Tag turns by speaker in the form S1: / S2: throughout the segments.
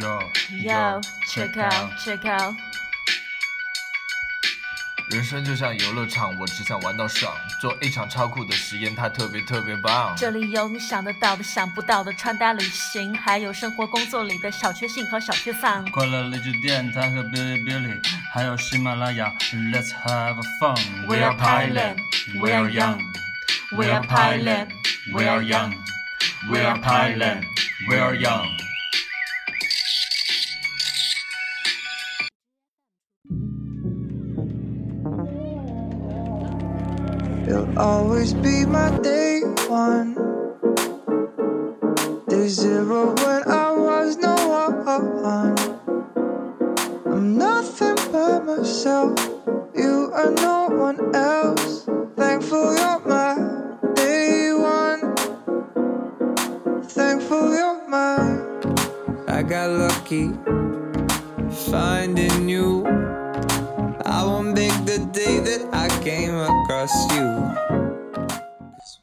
S1: Yo
S2: Yo, check out, check out。
S1: 人生就像游乐场，我只想玩到爽，做一场超酷的实验，它特别特别棒。
S2: 这里有你想得到的、想不到的，穿搭、旅行，还有生活、工作里的小确幸和小确丧。
S3: 快乐励志电台和 Billy Billy，还有喜马拉雅，Let's have a fun。
S2: We are Thailand, we are young. We are Thailand, we are young. We are Thailand,
S3: we are young.
S4: you will always be my day one. Day zero when I was no one. I'm nothing but myself. You are no one else. Thankful you're my day one. Thankful you're my. I got lucky finding you. I won't make the day that I came across you.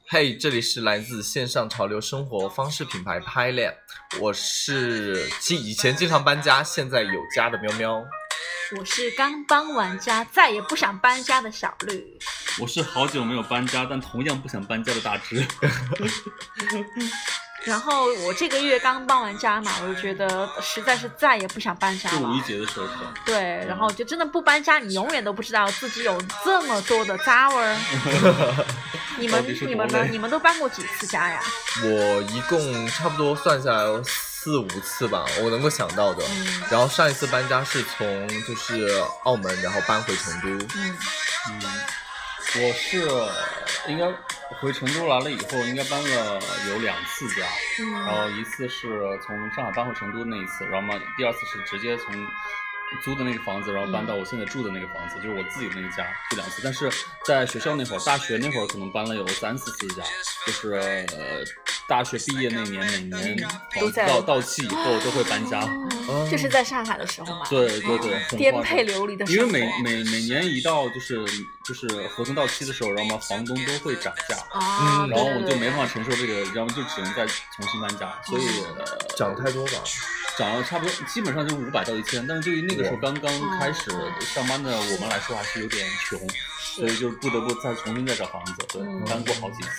S1: 嘿这里是来自线上潮流生活方式品牌 p i l a n 我是其以前经常搬家，现在有家的喵喵。
S2: 我是刚搬完家，再也不想搬家的小绿。
S5: 我是好久没有搬家，但同样不想搬家的大志。
S2: 然后我这个月刚搬完家嘛，我就觉得实在是再也不想搬家
S5: 是五
S2: 了
S5: 一。节的时候是吧？
S2: 对，然后就真的不搬家，你永远都不知道自己有这么多的杂 味儿。你们
S5: 到底是
S2: 你们
S5: 多
S2: 呢？
S5: 累
S2: 你们都搬过几次家呀？
S1: 我一共差不多算下来有四五次吧，我能够想到的。
S2: 嗯
S1: 然后上一次搬家是从就是澳门，然后搬回成都。
S2: 嗯，
S5: 嗯，我是应该回成都来了以后，应该搬了有两次家，然
S2: 嗯
S5: 后一次是从上海搬回成都那一次，然后嘛，第二次是直接从租的那个房子，然后搬到我现在住的那个房子，就是我自己的那个家，这两次。但是在学校那会儿，大学那会儿可能搬了有三四次家，就是呃，大学毕业那年，每年
S2: 都
S5: 房子
S2: 在
S5: 到到期以后都会搬家。
S1: 哦
S2: 这是在上海的时候嘛？
S5: 对对对，很
S2: 颠
S5: 夸张
S2: 沛流离的生
S5: 因
S2: 活。
S5: 为每每每年一到就是就是合同到期的时候，然后嘛房东都会涨价，
S2: 啊，
S1: 嗯
S5: 然后我
S2: 对
S5: 就
S2: 对
S5: 没
S2: 对
S5: 办法承受这个，然后就只能再重新搬家，所以呃
S1: 涨太多吧？
S5: 涨了差不多，基本上就五百到一千。但是对于那个时候
S1: 哇
S5: 刚刚开
S2: 嗯
S5: 始上班的我们来说，还是有点穷，所以就是不得不再重新再找房子，对
S2: 嗯，
S5: 搬过好几次，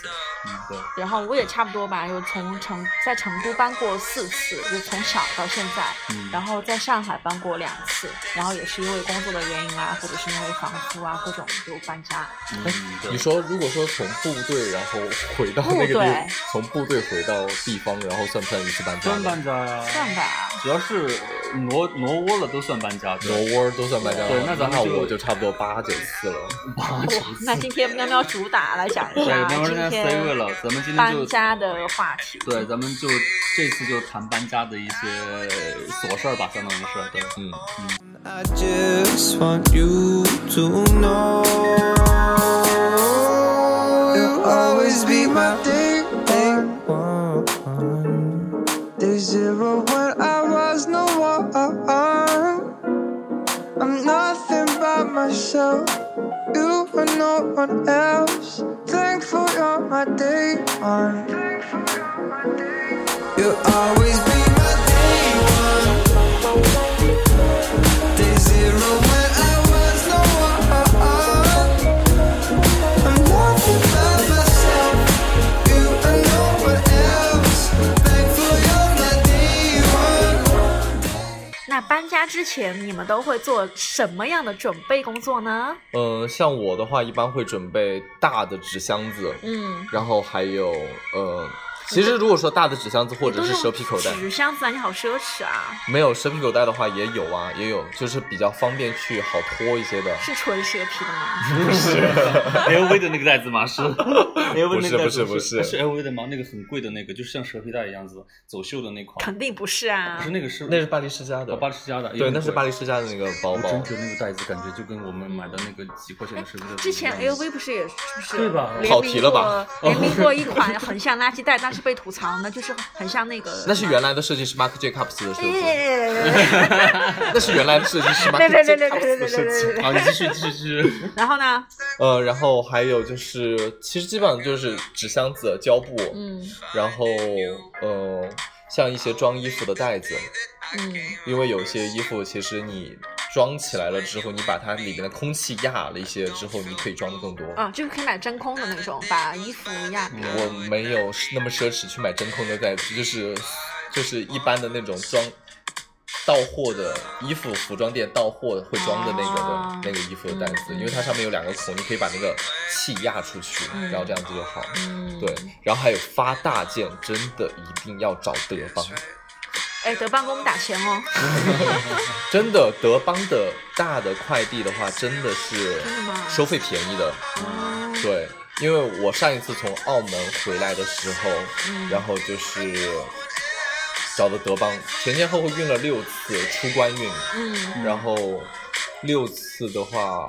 S5: 嗯，对。
S2: 然后我也差不多吧，有从成在成都搬过四次，就从小到现在，
S5: 嗯
S2: 然后在上海搬过两次，然后也是因为工作的原因啊，或者是因为房租啊各种就搬家。
S5: 嗯，对
S1: 你说，如果说从部队然后回到那个
S2: 部队
S1: 地，从部队回到地方，然后算不算一次搬家
S5: 算
S1: 呢？
S5: 搬家呀，
S2: 算吧，
S5: 只要是呃挪挪窝了都算搬家，对
S1: 挪窝都算搬家吗
S5: 对那咱们
S1: 那
S5: 就
S1: 我就差不多八九次了。
S2: 哇，那今天喵喵主打来讲一
S5: 对，
S2: 下
S5: 没有
S2: 今
S5: 人在 C 位
S2: 天
S5: 了，咱们今天就
S2: 搬家的话题。
S5: 对，咱们就这次就谈搬家的一些琐事儿吧，相当于是对，
S1: 嗯，
S4: I just want you to know you'll always be my day one. Day zero when I was no one. I'm nothing but myself. You are no one else. Thankful you're my day one. You'll always be my day one. Day zero when I was no one. I'm nothing but myself. You are no one else. Thankful you're my day one.
S2: 那搬家之前你们都会做什么样的准备工作呢？
S1: 呃，像我的话，一般会准备大的纸箱子，
S2: 嗯，
S1: 然后还有呃，其实如果说大的纸箱子或者
S2: 都
S1: 是
S2: 用
S1: 蛇皮口袋，
S2: 纸箱子啊，你好奢侈啊！
S1: 没有蛇皮口袋的话也有啊，也有，就是比较方便去好拖一些的。
S2: 是纯蛇皮的吗？
S5: ，LV 的那个袋子吗？ 是，LV 那个袋子
S1: 不是不是不是
S5: 是是 LV 的吗？那个很贵的那个，就是像蛇皮袋一样子，走秀的那款，
S2: 肯定不是啊
S5: 不是。那个是
S1: 那是巴黎世家的，
S5: 哦巴黎世家的，
S1: 对，那是巴黎世
S5: 家。
S1: 家的那个包
S5: 我
S1: 包
S5: 真。觉得那个袋子感觉就跟我们买的那个几块钱的蛇皮袋子
S2: 哎之
S5: 一
S2: 前
S5: 样
S2: LV 不是也是不是
S5: 对吧
S2: 联
S1: 跑题
S2: 名
S1: 了
S2: 过
S1: 吧
S2: 联名过一款很像垃圾袋，但是被吐槽呢，就是很像那个
S1: 那是原来的设计师 Mark Jacobs 的设计，
S2: 哎。
S1: 那是原来的设计师 Mark
S2: 对对对对对
S1: Jacobs 的
S2: 对对对
S1: 设
S2: 对
S1: 计。
S2: 对。
S5: 啊，你继续继续继续。
S2: 然后呢？
S1: 呃，然后还有就是，其实基本上就是纸箱子、胶布，
S2: 嗯，
S1: 然后呃，像一些装衣服的袋子，
S2: 嗯
S1: 因为有些衣服其实你装起来了之后，你把它里面的空气压了一些之后，你可以装的更多。
S2: 啊，就是可以买真空的那种，把衣服压扁。
S1: 嗯我没有那么奢侈去买真空的袋子，就是就是一般的那种装到货的衣服，服装店到货会装的那个的、
S2: 啊
S1: 那个衣服的袋子，
S2: 嗯
S1: 因为它上面有两个孔，你可以把那个气压出去，
S2: 嗯
S1: 然后这样子就好。
S2: 嗯，
S1: 对，然后还有发大件，真的一定要找德邦，
S2: 哎，德邦给我们打钱哦，
S1: 真的德邦的大的快递的话，真的是
S2: 真的吗
S1: 收费便宜的，
S2: 哦
S1: 对，因为我上一次从澳门回来的时候，
S2: 嗯
S1: 然后就是找的德邦，前前后后运了六次出关运，
S2: 嗯，
S1: 然后六次的话，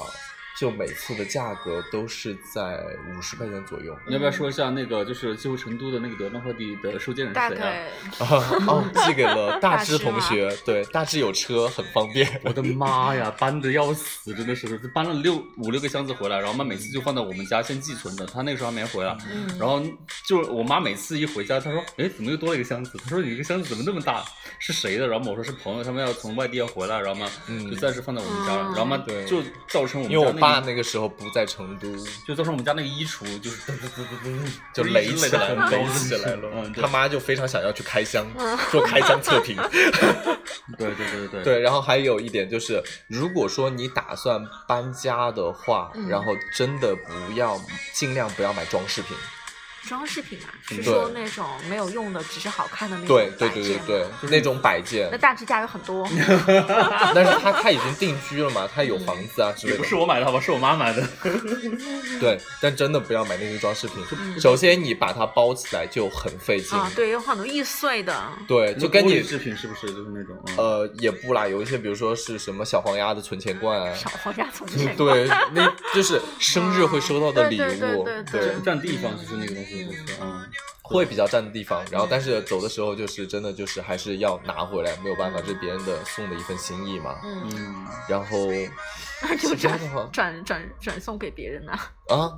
S1: 就每次的价格都是在五十块钱左右。
S5: 你要不要说一下那个就是寄回成都的那个德邦快递的收件人
S2: 大
S5: 是谁啊？
S2: 概
S1: 哦，寄给了大
S2: 大
S1: 志
S2: 志
S1: 同
S2: 吗
S1: 学，对，大志有车，很方便。
S5: 我的妈呀， 搬的要死，真的是搬了六五六个箱子回来，然后妈每次就放在我们家先寄存着，她那个时候还没回来，然后就是我妈每次一回家，她说，哎，怎么又多了一个箱子？她说你这个箱子怎么那么大？是谁的？然后我说是朋友，他们要从外地要回来，然后嘛
S1: 嗯
S5: 就暂时放在我们家了，
S2: 嗯
S5: 然后嘛
S1: 对
S5: 就造成我们
S1: 因为我
S5: 家
S1: 爸
S5: 那个
S1: 那个时候不在成都，
S5: 就造成我们家那个衣橱就是噔噔噔噔噔
S1: 就
S5: 一直
S1: 垒
S5: 垒
S1: 起
S5: 得
S1: 来
S5: 很
S1: 了，
S5: 高
S1: 垒起来 了
S5: 嗯，。对
S1: 他妈就非常想要去开箱，
S2: 嗯
S1: 说开箱测 评。
S5: 对对对对，
S1: 对，然后还有一点就是，如果说你打算搬家的话，
S2: 嗯
S1: 然后真的不要，尽量不要买装饰品。
S2: 装饰品啊，是
S1: 对
S2: 说那种没有用的，只是好看的那种
S1: 对对对对
S2: 摆件
S1: 对
S2: 吗，
S1: 那种摆件
S2: 那，大支架有很多，
S1: 但是他他已经定居了嘛，他
S2: 嗯
S1: 有房子啊之
S5: 也
S1: 类
S5: 不
S1: 的。
S5: 是我买的好吧，是我妈买的。
S1: 对，但真的不要买那些装饰品。首先，你把它包起来就很费劲。
S2: 啊，对，有很多易碎的，
S1: 对，就跟
S5: 玻
S1: 你
S5: 璃制品是不是就是那种？嗯
S1: 呃也不啦，有一些比如说是什么小黄鸭的存钱罐啊，
S2: 小黄鸭从 前
S1: 对，那就是生日会收到的
S2: 嗯
S1: 礼
S2: 对对
S1: 物
S2: 对，对
S1: 对
S2: 对。
S5: 占地方就是那个东西，就是嗯，
S1: 会比较占地方，然后但是走的时候就是真的就是还是要拿回来，没有办法，这是别人的送的一份心意嘛。
S2: 嗯，
S5: 嗯，
S1: 然后
S2: 那就
S1: 其他
S2: 转
S1: 的话
S2: 转转转送给别人呐、
S1: 啊，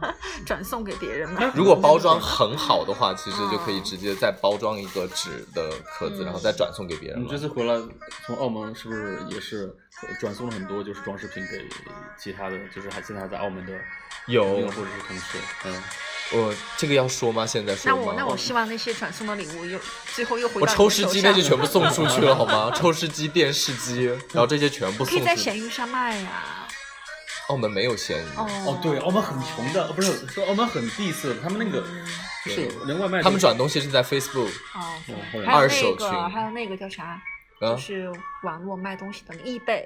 S2: 转送给别人呐、
S1: 如果包装很好的话，其实就可以直接再包装一个纸的壳子，
S2: 嗯
S1: 然后再转送给别人
S5: 你这
S1: 了。
S5: 次回来从澳门是不是也是转送了很多就是装饰品给其他的，就是还现在还在澳门的
S1: 有
S5: 朋友或者是同事，嗯，
S1: 我这个要说吗？现在说
S2: 那我那
S1: 吗哦
S2: 我？希望那些转送的礼物又最后又回
S1: 我
S2: 到
S1: 抽
S2: 你
S1: 湿
S2: 手
S1: 机
S2: 上，
S1: 那就全部送出去了，好吗？抽湿机、电视机，然后这些全部
S2: 可
S1: 送
S2: 以在
S1: 出去。
S2: 闲鱼上卖呀、
S1: 澳门没有闲鱼，
S2: 哦
S5: 澳门很穷的，哦不是说澳门很 diss，他们那个就是连外卖
S1: 他们转东西是在 Facebook，
S2: 哦，对
S5: 后来
S2: 还
S1: 嗯
S2: 有
S1: 二手
S2: 那
S1: 群
S2: 个还有那个叫啥，
S1: 啊
S2: 就，是网络卖东西的易贝，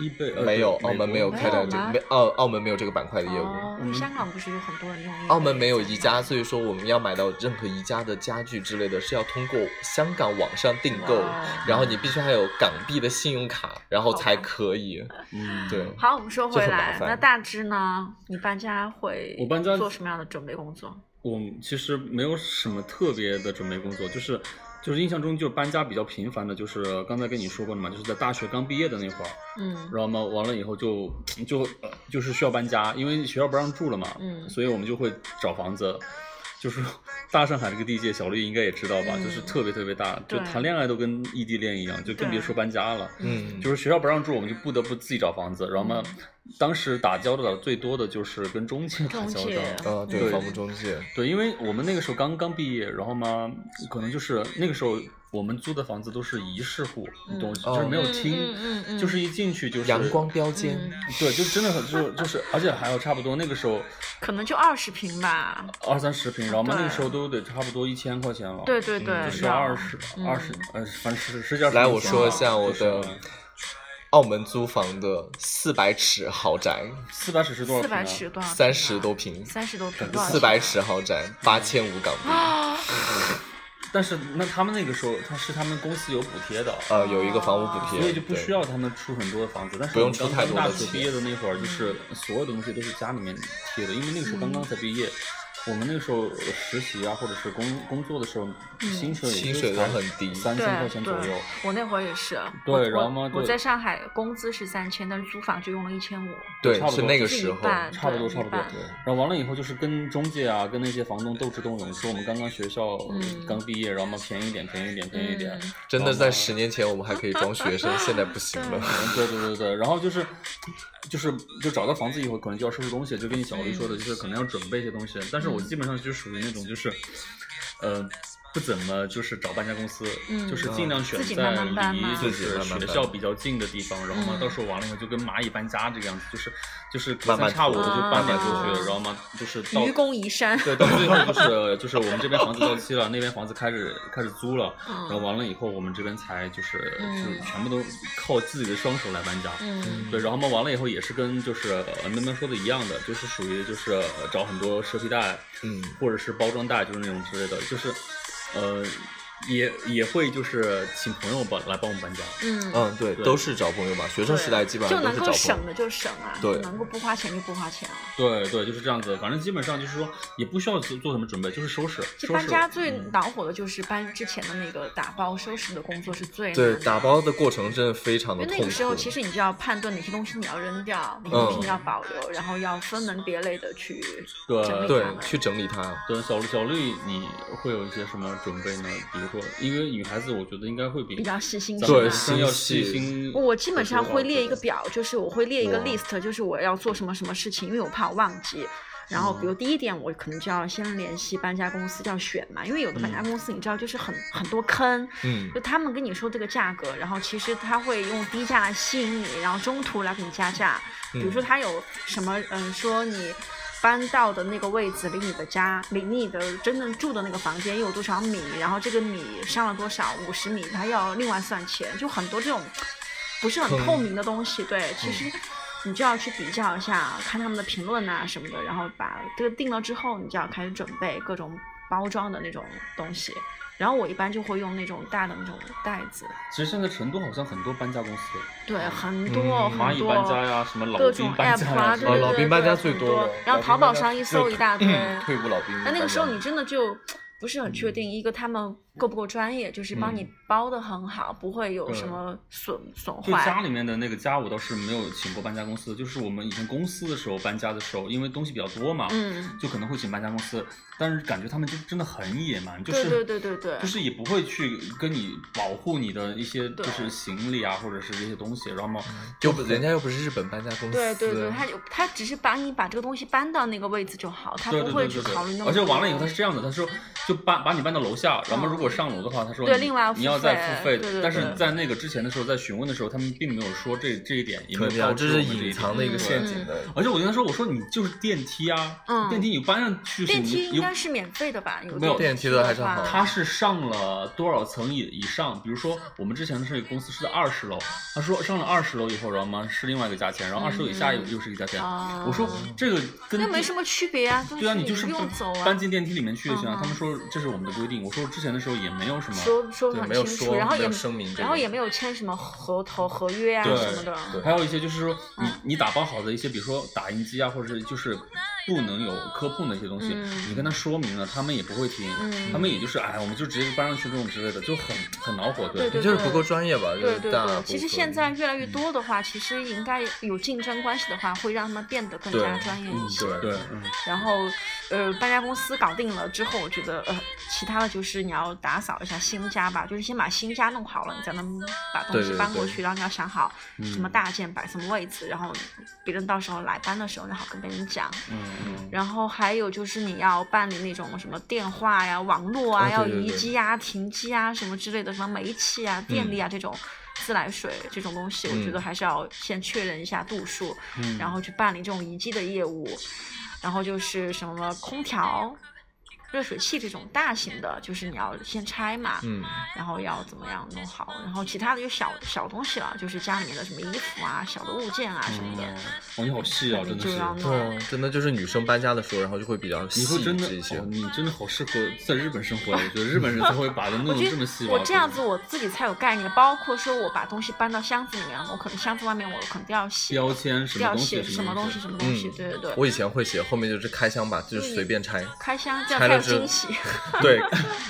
S5: 一倍
S1: 没有，澳呃门没有开展这个，
S2: 没
S1: 没哦澳澳门没有这个板块的业务。
S2: 哦，
S5: 嗯
S2: 香港不是有很多人用易贝？
S1: 澳门没有宜家，所以说我们要买到任何宜家的家具之类的，是要通过香港网上订购
S2: 哇，
S1: 然后你必须还有港币的信用卡，然后才可以。
S5: 嗯，
S1: 对，
S2: 好，我们说
S1: 这
S2: 回
S1: 很麻
S2: 来，
S1: 烦
S2: 那大致呢？你搬家会
S5: 我搬家
S2: 做什么样的准备工作？
S5: 我其实没有什么特别的准备工作，就是就是印象中就是搬家比较频繁的，就是刚才跟你说过的嘛，就是在大学刚毕业的那会儿，
S2: 嗯
S5: 然后嘛，完了以后就就、呃就是需要搬家，因为学校不让住了嘛，
S2: 嗯
S5: 所以我们就会找房子。就是 大上海这个地界，小绿应该也知道吧，
S2: 嗯
S5: 就是特别特别大，就
S2: 对
S5: 谈恋爱都跟异地恋一样，就更
S2: 对
S5: 别说搬家了。
S1: 嗯，
S5: 就是学校不让住，我们就不得不自己找房子。然后嘛，当时打交道的最多的就是跟中介打交
S2: 中介
S5: 道。
S1: 呃，对，
S5: 啊对
S1: 房屋中介，
S5: 对，因为我们那个时候刚刚毕业，然后嘛，可能就是那个时候我们租的房子都是一室户，你懂，
S1: 嗯
S5: 就是没有
S2: 嗯
S5: 厅，
S2: 嗯嗯嗯
S5: 就是一进去就是
S1: 阳光标间，
S2: 嗯，
S5: 对，就真的很就就是，而且还有差不多那个时候
S2: 可能就二十平吧。
S5: 二三十平，然后嘛
S2: 对
S5: 那个时候都得差不多一千块钱了，
S2: 对，对对，
S5: 就是
S2: 要
S5: 二十
S2: 嗯
S5: 二十呃，反正十十几二十块钱了。
S1: 来，我说一下我
S5: 就是
S1: 的澳门租房的四百尺豪宅，
S5: 四百尺是多少
S2: 四
S5: 平啊？
S2: 百尺多少？
S1: 三十多，平，
S2: 三十多平多啊少？
S1: 四百。尺豪宅八千五港币，
S5: 但是那他们那个时候，他是他们公司有补贴的，
S1: 呃，有一个房屋补贴，
S5: 所以就不
S1: 对
S5: 需要他们出很多的房子，但是
S1: 不用
S5: 我们
S1: 出
S5: 刚
S1: 太多的
S5: 刚大
S1: 自
S5: 学
S1: 己
S2: 嗯
S5: 毕业的那会儿，就是所有的东西都是家里面贴的，因为那个时候刚刚才毕业，我们那个时候实习啊，或者是工工作的时候，
S2: 嗯
S5: 薪水也
S1: 薪
S5: 就
S1: 水都
S5: 才
S1: 很低
S5: 三千块钱
S2: 对
S5: 左右
S2: 对。，我那会儿也是。
S5: 对
S2: 我
S5: 然后嘛
S2: 我我
S5: 对
S2: 在上海工资是三千，但是租房就用了一千五，
S1: 对
S5: 差，不
S1: 是
S5: 多
S1: 那个
S2: 就是
S1: 时
S2: 一
S1: 候，
S2: 半，
S5: 差不多
S2: 对
S5: 差不多
S2: 一半
S1: 对
S5: 然后完了以后，就是跟中介啊，跟那些房东斗智斗勇，说我们刚刚学校
S2: 嗯
S5: 刚毕业，然后嘛便宜一点，便宜一点，便宜一点。
S2: 嗯
S1: 真的在十年前我们还可以装学 生，现在不行了。
S5: 嗯对对对对，然后就是，就是就找到房子以后，可能就要收拾东西，就跟你小丽说的，
S2: 嗯
S5: 就是可能要准备一些东西。但是我基本上就属于那种就是，呃，不怎么就是找搬家公司，
S2: 嗯
S5: 就是尽量选
S2: 自己
S5: 在
S2: 慢慢搬
S5: 离
S2: 嘛
S5: 就
S1: 自己
S5: 是
S1: 慢慢
S5: 学
S1: 搬
S5: 校比较近的地方。然后嘛，
S2: 嗯
S5: 到时候完了以后就跟蚂蚁搬家这个样子，就是就是隔
S1: 慢慢
S5: 三差五的
S2: 拖
S5: 就搬点过去，
S2: 啊
S5: 然后嘛就是到
S2: 愚公移山，
S5: 对，到最后就是就是我们这边房子到期了，那边房子开始开始租了，
S2: 嗯
S5: 然后完了以后，我们这边才就是
S2: 嗯
S5: 就是全部都靠自己的双手来搬家。
S2: 嗯
S5: 对，然后嘛，完了以后也是跟就是呃那边说的一样的，就是属于就是呃找很多蛇皮袋，
S1: 嗯，
S5: 或者是包装袋，就是那种之类的，就是呃也也会就是请朋友帮来帮我们搬家。
S2: 嗯，
S1: 嗯，对，
S5: 对
S1: 都是找朋友嘛，学生时代基本上
S2: 就
S1: 都
S2: 能
S1: 是
S2: 够
S1: 找
S2: 省
S1: 朋
S2: 的
S1: 友。
S2: 就省啊，
S1: 对
S2: 能够不花钱就不花钱啊。
S5: 对对，就是这样子，反正基本上就是说也不需要做做什么准备，就是收拾。
S2: 其实
S5: 收
S2: 搬
S5: 拾
S2: 家最
S5: 嗯
S2: 恼火的就是搬之前的那个打包收拾的工作是最难
S1: 对
S2: 的。，
S1: 打包的过程真的非常
S2: 因
S1: 的
S2: 为
S1: 痛
S2: 那个时候
S1: 苦。嗯
S2: 其实啊你就要判断哪些东西你要扔掉，哪些东西要保留，然后要分门别类的去
S5: 对
S2: 整理
S1: 呃对
S2: 它，们。
S1: 去整理它。
S5: 对，小绿小绿，你会有一些什么准备呢？比如说，因为女孩子，我觉得应该会比
S2: 比较细心
S5: 咱
S2: 是
S5: 们
S1: 对
S5: 女
S2: 吧
S5: 生要
S1: 细细
S5: 细心。
S2: 我基本上会列一个
S5: 对
S2: 表，就是我会列一个
S1: 哇
S2: list，就是我要做什么什么事情，因为我怕我忘记。然后，比
S1: 嗯
S2: 如第一点，我可能就要先联系搬家公司，就要选嘛，因为有的搬家公司你知道就是很、很多坑，
S1: 嗯
S2: 就他们跟你说这个价格，然后其实他会用低价来吸引你，然后中途来给你加价。比如说他有什么，嗯，说你搬到的那个位置离你的家，离你的真正住的那个房间又有多少米，然后这个米上了多少，五十米，他要另外算钱，就很多这种不是很透明的东西。对，
S5: 嗯
S2: 其实。你就要去比较一下，看他们的评论啊什么的，然后把这个定了之后，你就要开始准备各种包装的那种东西。然后我一般就会用那种大的那种袋子，
S5: 其实现在成都好像很多搬家公司，
S2: 对，很多、
S5: 嗯蚂
S2: 很
S5: 蚁
S2: 多
S5: 搬家呀，什么老
S2: 各
S5: 兵
S2: 种
S5: 搬家
S2: app 啊，
S5: 呀，
S2: 对
S5: 什
S2: 对
S5: 么
S2: 对，
S1: 老兵搬家最
S2: 很
S1: 多
S2: 多
S1: 了。
S2: 然
S1: 老
S2: 后
S1: 兵
S2: 淘宝
S1: 搬家
S2: 上一搜
S1: 就
S2: 一大
S5: 嗯
S1: 退
S2: 堆。
S1: 伍老兵搬家。
S2: 但那个时候你真的就不是很确定，一个他们够不够专业，就是帮你包的很好，不会有什么损损
S5: 嗯就家
S2: 坏。
S5: 里面的那个家，我倒是没有请过搬家公司的。就是我们以前公司的时候搬家的时候，因为东西比较多嘛，
S2: 嗯，
S5: 就可能会请搬家公司。但是感觉他们就真的很野蛮，就
S2: 对
S5: 是
S2: 对对对对，
S5: 就是也不会去跟你保护你的一些就
S2: 对
S5: 是行李啊，或者是这些东西，然后嘛，
S1: 又不，人家又不是日本搬家公司。
S2: 对对对，他有他只是把你把这个东西搬到那个位置就好，他
S5: 对
S2: 不
S5: 对
S2: 会
S5: 对
S2: 去
S5: 对
S2: 考虑那
S5: 对，
S2: 么多。
S5: 而且完了以后他是这样的，他说就搬把你搬到楼下，然后如果上楼的话，他说
S2: 对
S5: 你
S2: 另外要付
S5: 你要再付
S2: 费
S5: 费，
S2: 对对
S5: 但
S2: 对
S5: 是在那个之前的时候，在询问的时候，他们并没有说这这一点，也没
S1: 可
S5: 有
S1: 能啊
S5: 告
S1: 这
S5: 知
S1: 是
S5: 我们这一
S1: 隐
S5: 点
S1: 藏的一个
S2: 嗯
S1: 陷
S2: 嗯
S1: 阱的。
S5: 而且我跟他说，我说你就是电梯啊，
S2: 嗯
S5: 电梯你搬上去是
S2: 电
S5: 你
S2: 梯应
S5: 有
S2: 该是免费的吧？有
S5: 没有
S1: 电梯的
S2: 的
S1: 还是
S2: 话
S1: 好
S5: 他是上了多少层以以上？比如说我们之前的这个公司是在二十楼，他说上了二十楼以后，然后嘛是另外一个价钱，然后二十楼以下又
S2: 嗯
S5: 又是一个价钱。
S2: 啊
S5: 我说这个跟
S2: 那没
S5: 电
S2: 什么区别啊，
S5: 对啊，你就是
S2: 不用走啊，
S5: 搬进电梯里面去就行
S2: 嗯
S5: 啊
S2: 哼。
S5: 他们说这是我们的规定，我说之前的时候也没有什么。
S2: 说说
S1: 对
S2: 得
S1: 没有
S2: 很清
S1: 说
S2: 楚，然后
S1: 没
S2: 也
S1: 有声明这
S2: 然后
S1: 个
S2: 也没有签什么合同、合约啊
S5: 对
S2: 什么的。
S1: 对
S5: 还有一些就是说，你
S2: 嗯
S5: 你打包好的一些，比如说打印机啊，或者是就是不能有磕碰的一些东西，
S2: 嗯
S5: 你跟他说明了，他们也不会听，
S2: 嗯
S5: 他们也就是哎，我们就直接搬上去这种之类的，就很很恼火，
S2: 对对
S1: 你就是不够专业吧？就
S2: 对
S1: 是
S2: 对
S1: 大部
S2: 对，其实
S1: 分
S2: 现
S5: 嗯
S2: 在越来越多的话，其实应该有竞争关系的话，会让他们变得更加
S1: 对
S2: 专业一
S1: 嗯
S2: 些。
S1: 对
S5: 对，嗯
S2: 然后，呃，搬家公司搞定了之后，我觉得呃，其他的就是你要打扫一下新家吧，就是先把新家弄好了，你才能把东
S1: 对
S2: 西
S1: 对
S2: 搬过
S1: 对
S2: 去。然后你要想好什么
S5: 嗯
S2: 大件摆什么位置，然后别人到时候来搬的时候，你好跟别人讲。
S5: 嗯
S2: 然后还有就是你要办理那种什么电话呀、网络
S1: 哦
S2: 啊、
S1: 对
S2: 要
S1: 对
S2: 移
S1: 对
S2: 机啊、停机啊什么之类的，什么煤气啊、电力啊、这种自来水这种东西，我觉
S1: 嗯
S2: 得还是要先确认一下度数，
S5: 嗯，
S2: 然后去办理这种移机的业务。然后就是什么空调，热水器这种大型的，就是你要先拆嘛，
S1: 嗯
S2: 然后要怎么样弄好，然后其他的就小小东西了，就是家里面的什么衣服啊、小的物件啊什么的，
S5: 哦，你好细啊，
S2: 肯定
S5: 真的。
S2: 就是要弄。
S1: 嗯，真的就是女生搬家的时候，然后就会比较
S5: 你
S1: 细
S5: 会真的
S1: 致一些
S2: 嗯
S5: 哦，。你真的好适合在日本生活呀！我觉得日本人才会把它弄
S2: 我
S5: 得
S2: 觉
S5: 嗯这么细
S2: 得
S5: 吧。
S2: 我这样子
S5: 真的
S2: 我自己才有概念，包括说我把东西搬到箱子里面，我可能箱子外面我肯定要洗，
S5: 标签什么
S2: 要
S5: 东
S2: 写
S5: 西
S2: 什么东
S5: 东
S2: 西
S5: 西
S2: 什么东西，
S1: 嗯
S2: 对对对。
S1: 我以前会写，后面就是开箱吧，就是随便拆。
S2: 开箱这
S1: 拆
S2: 样才
S1: 了
S2: 有
S1: 之后
S2: 惊喜，
S1: 对，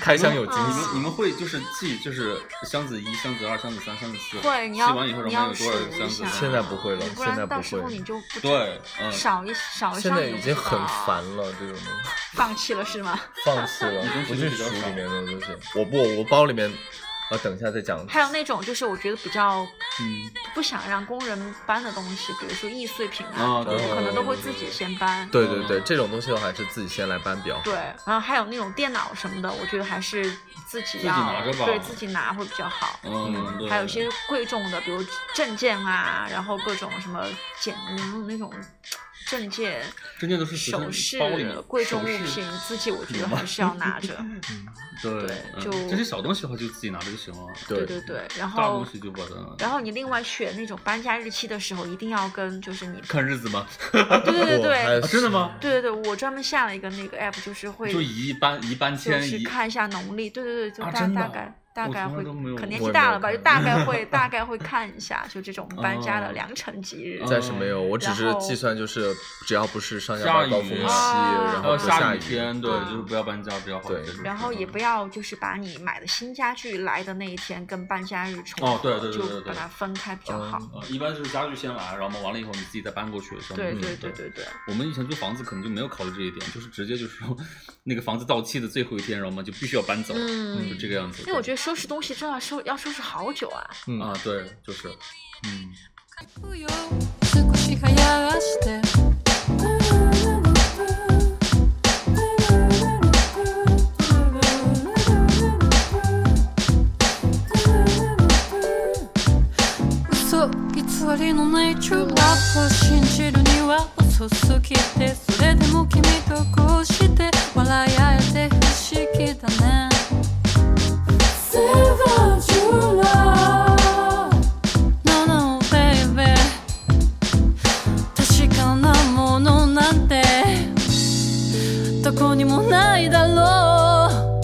S1: 开箱有惊
S2: 嗯
S5: 你
S1: 喜。
S5: 们你们会就是记就是箱子一、箱子二、箱子三、箱子四，
S2: 会你
S5: 记
S2: 要
S5: 完以后
S2: 你
S5: 然
S2: 要
S5: 后有
S2: 数
S5: 多少个箱
S2: 一
S5: 子
S2: 下，？
S1: 现在不会了
S2: 你不
S1: 现在
S2: 然
S1: 不
S2: 到时候
S1: 会
S2: 你就不
S5: 对，嗯，
S2: 少一少一
S1: 现
S2: 项
S1: 在
S2: 就
S1: 已
S2: 不
S1: 经
S2: 知
S1: 很
S2: 道
S1: 烦了，这种东西
S2: 放弃了是吗？
S1: 放弃了
S5: 你东，西
S1: 不去
S5: 比较
S1: 数
S5: 少
S1: 里面的东西。我不，我包里面，啊，等一下再讲。
S2: 还有那种就是我觉得比较
S5: 嗯
S2: 不想让工人搬的东西，比如说易碎品啊，
S5: 啊，对
S2: 我可能都会自。
S5: 对对
S2: 己先搬。
S1: 对对对，这种东西的话还是自己先来搬比较好。
S2: 对然后还有那种电脑什么的，我觉得还是自己要
S5: 自己拿着吧
S2: 对自己拿会比较好。
S5: 嗯，对
S2: 还有一些贵重的，比如证件啊，然后各种什么简那种证件、
S5: 真的都是随身
S2: 首饰
S5: 包里面、
S2: 贵重物
S5: 首饰
S2: 品，自己我觉
S5: 有
S2: 得
S5: 吗
S2: 还是要拿 着。
S5: 对
S2: 对
S5: 嗯
S2: 就
S5: 这些小东西的话就自己拿着就行了。
S1: 对
S2: 对对，然
S5: 大
S2: 后
S5: 东西就把它
S2: 然后你另外选那种搬家日期的时候，一定要跟就是你
S5: 看日子吗？
S2: 对对对
S1: 我还
S2: 对
S1: 是
S5: 真的吗？
S2: 对对对，我专门下了一个那个 app，就是会
S5: 就一搬一搬
S2: 就
S5: 迁
S2: 是
S5: 一
S2: 看一下农历，对对对，就
S5: 啊
S2: 大
S5: 真的
S2: 大
S5: 啊
S2: 概大
S5: 我
S2: 概
S5: 从来
S2: 会
S5: 都没有，
S2: 可能年
S1: 我
S2: 纪
S1: 也
S2: 大
S1: 没
S2: 了
S1: 有
S2: 吧，就
S1: 看
S2: 大 概会大概会看一下，就这种搬家的
S5: 哦
S2: 良辰吉日。
S5: 嗯
S1: 暂时没有，我只是
S2: 然后
S1: 计算，就是只要不是上下
S5: 下
S1: 班高
S5: 雨
S1: 峰期，
S2: 啊
S1: 然
S5: 还
S1: 后
S5: 有
S1: 不下
S5: 雨天，对，就是不要搬家比较好。
S1: 对
S5: 这种
S2: 然后也不要就是把你买的新家具来的那一天跟搬家日重合，
S5: 哦对对对对
S2: 就把
S5: 对
S2: 它分开比较好。
S1: 嗯
S5: 呃，一般就是家具先来，然后完了以后你自己再搬过去。这样
S2: 对
S5: 嗯
S2: 对对对对，
S5: 我们以前租房子可能就没有考虑这一点，就是直接就是说那个房子到期的最后一天，然后我们就必须要搬走，
S2: 嗯
S5: 就这个样子。
S2: 因为我觉得收拾东西真的收要收拾好久啊。
S1: 嗯
S5: 得啊，对，就是，嗯，
S6: 服よ少し流行らして嘘偽りのないチューラップを信じるには遅すぎてそれでも君とこうして笑い合えて不思議だね Silver July No, no, baby 確かなものなんてどこにもないだろう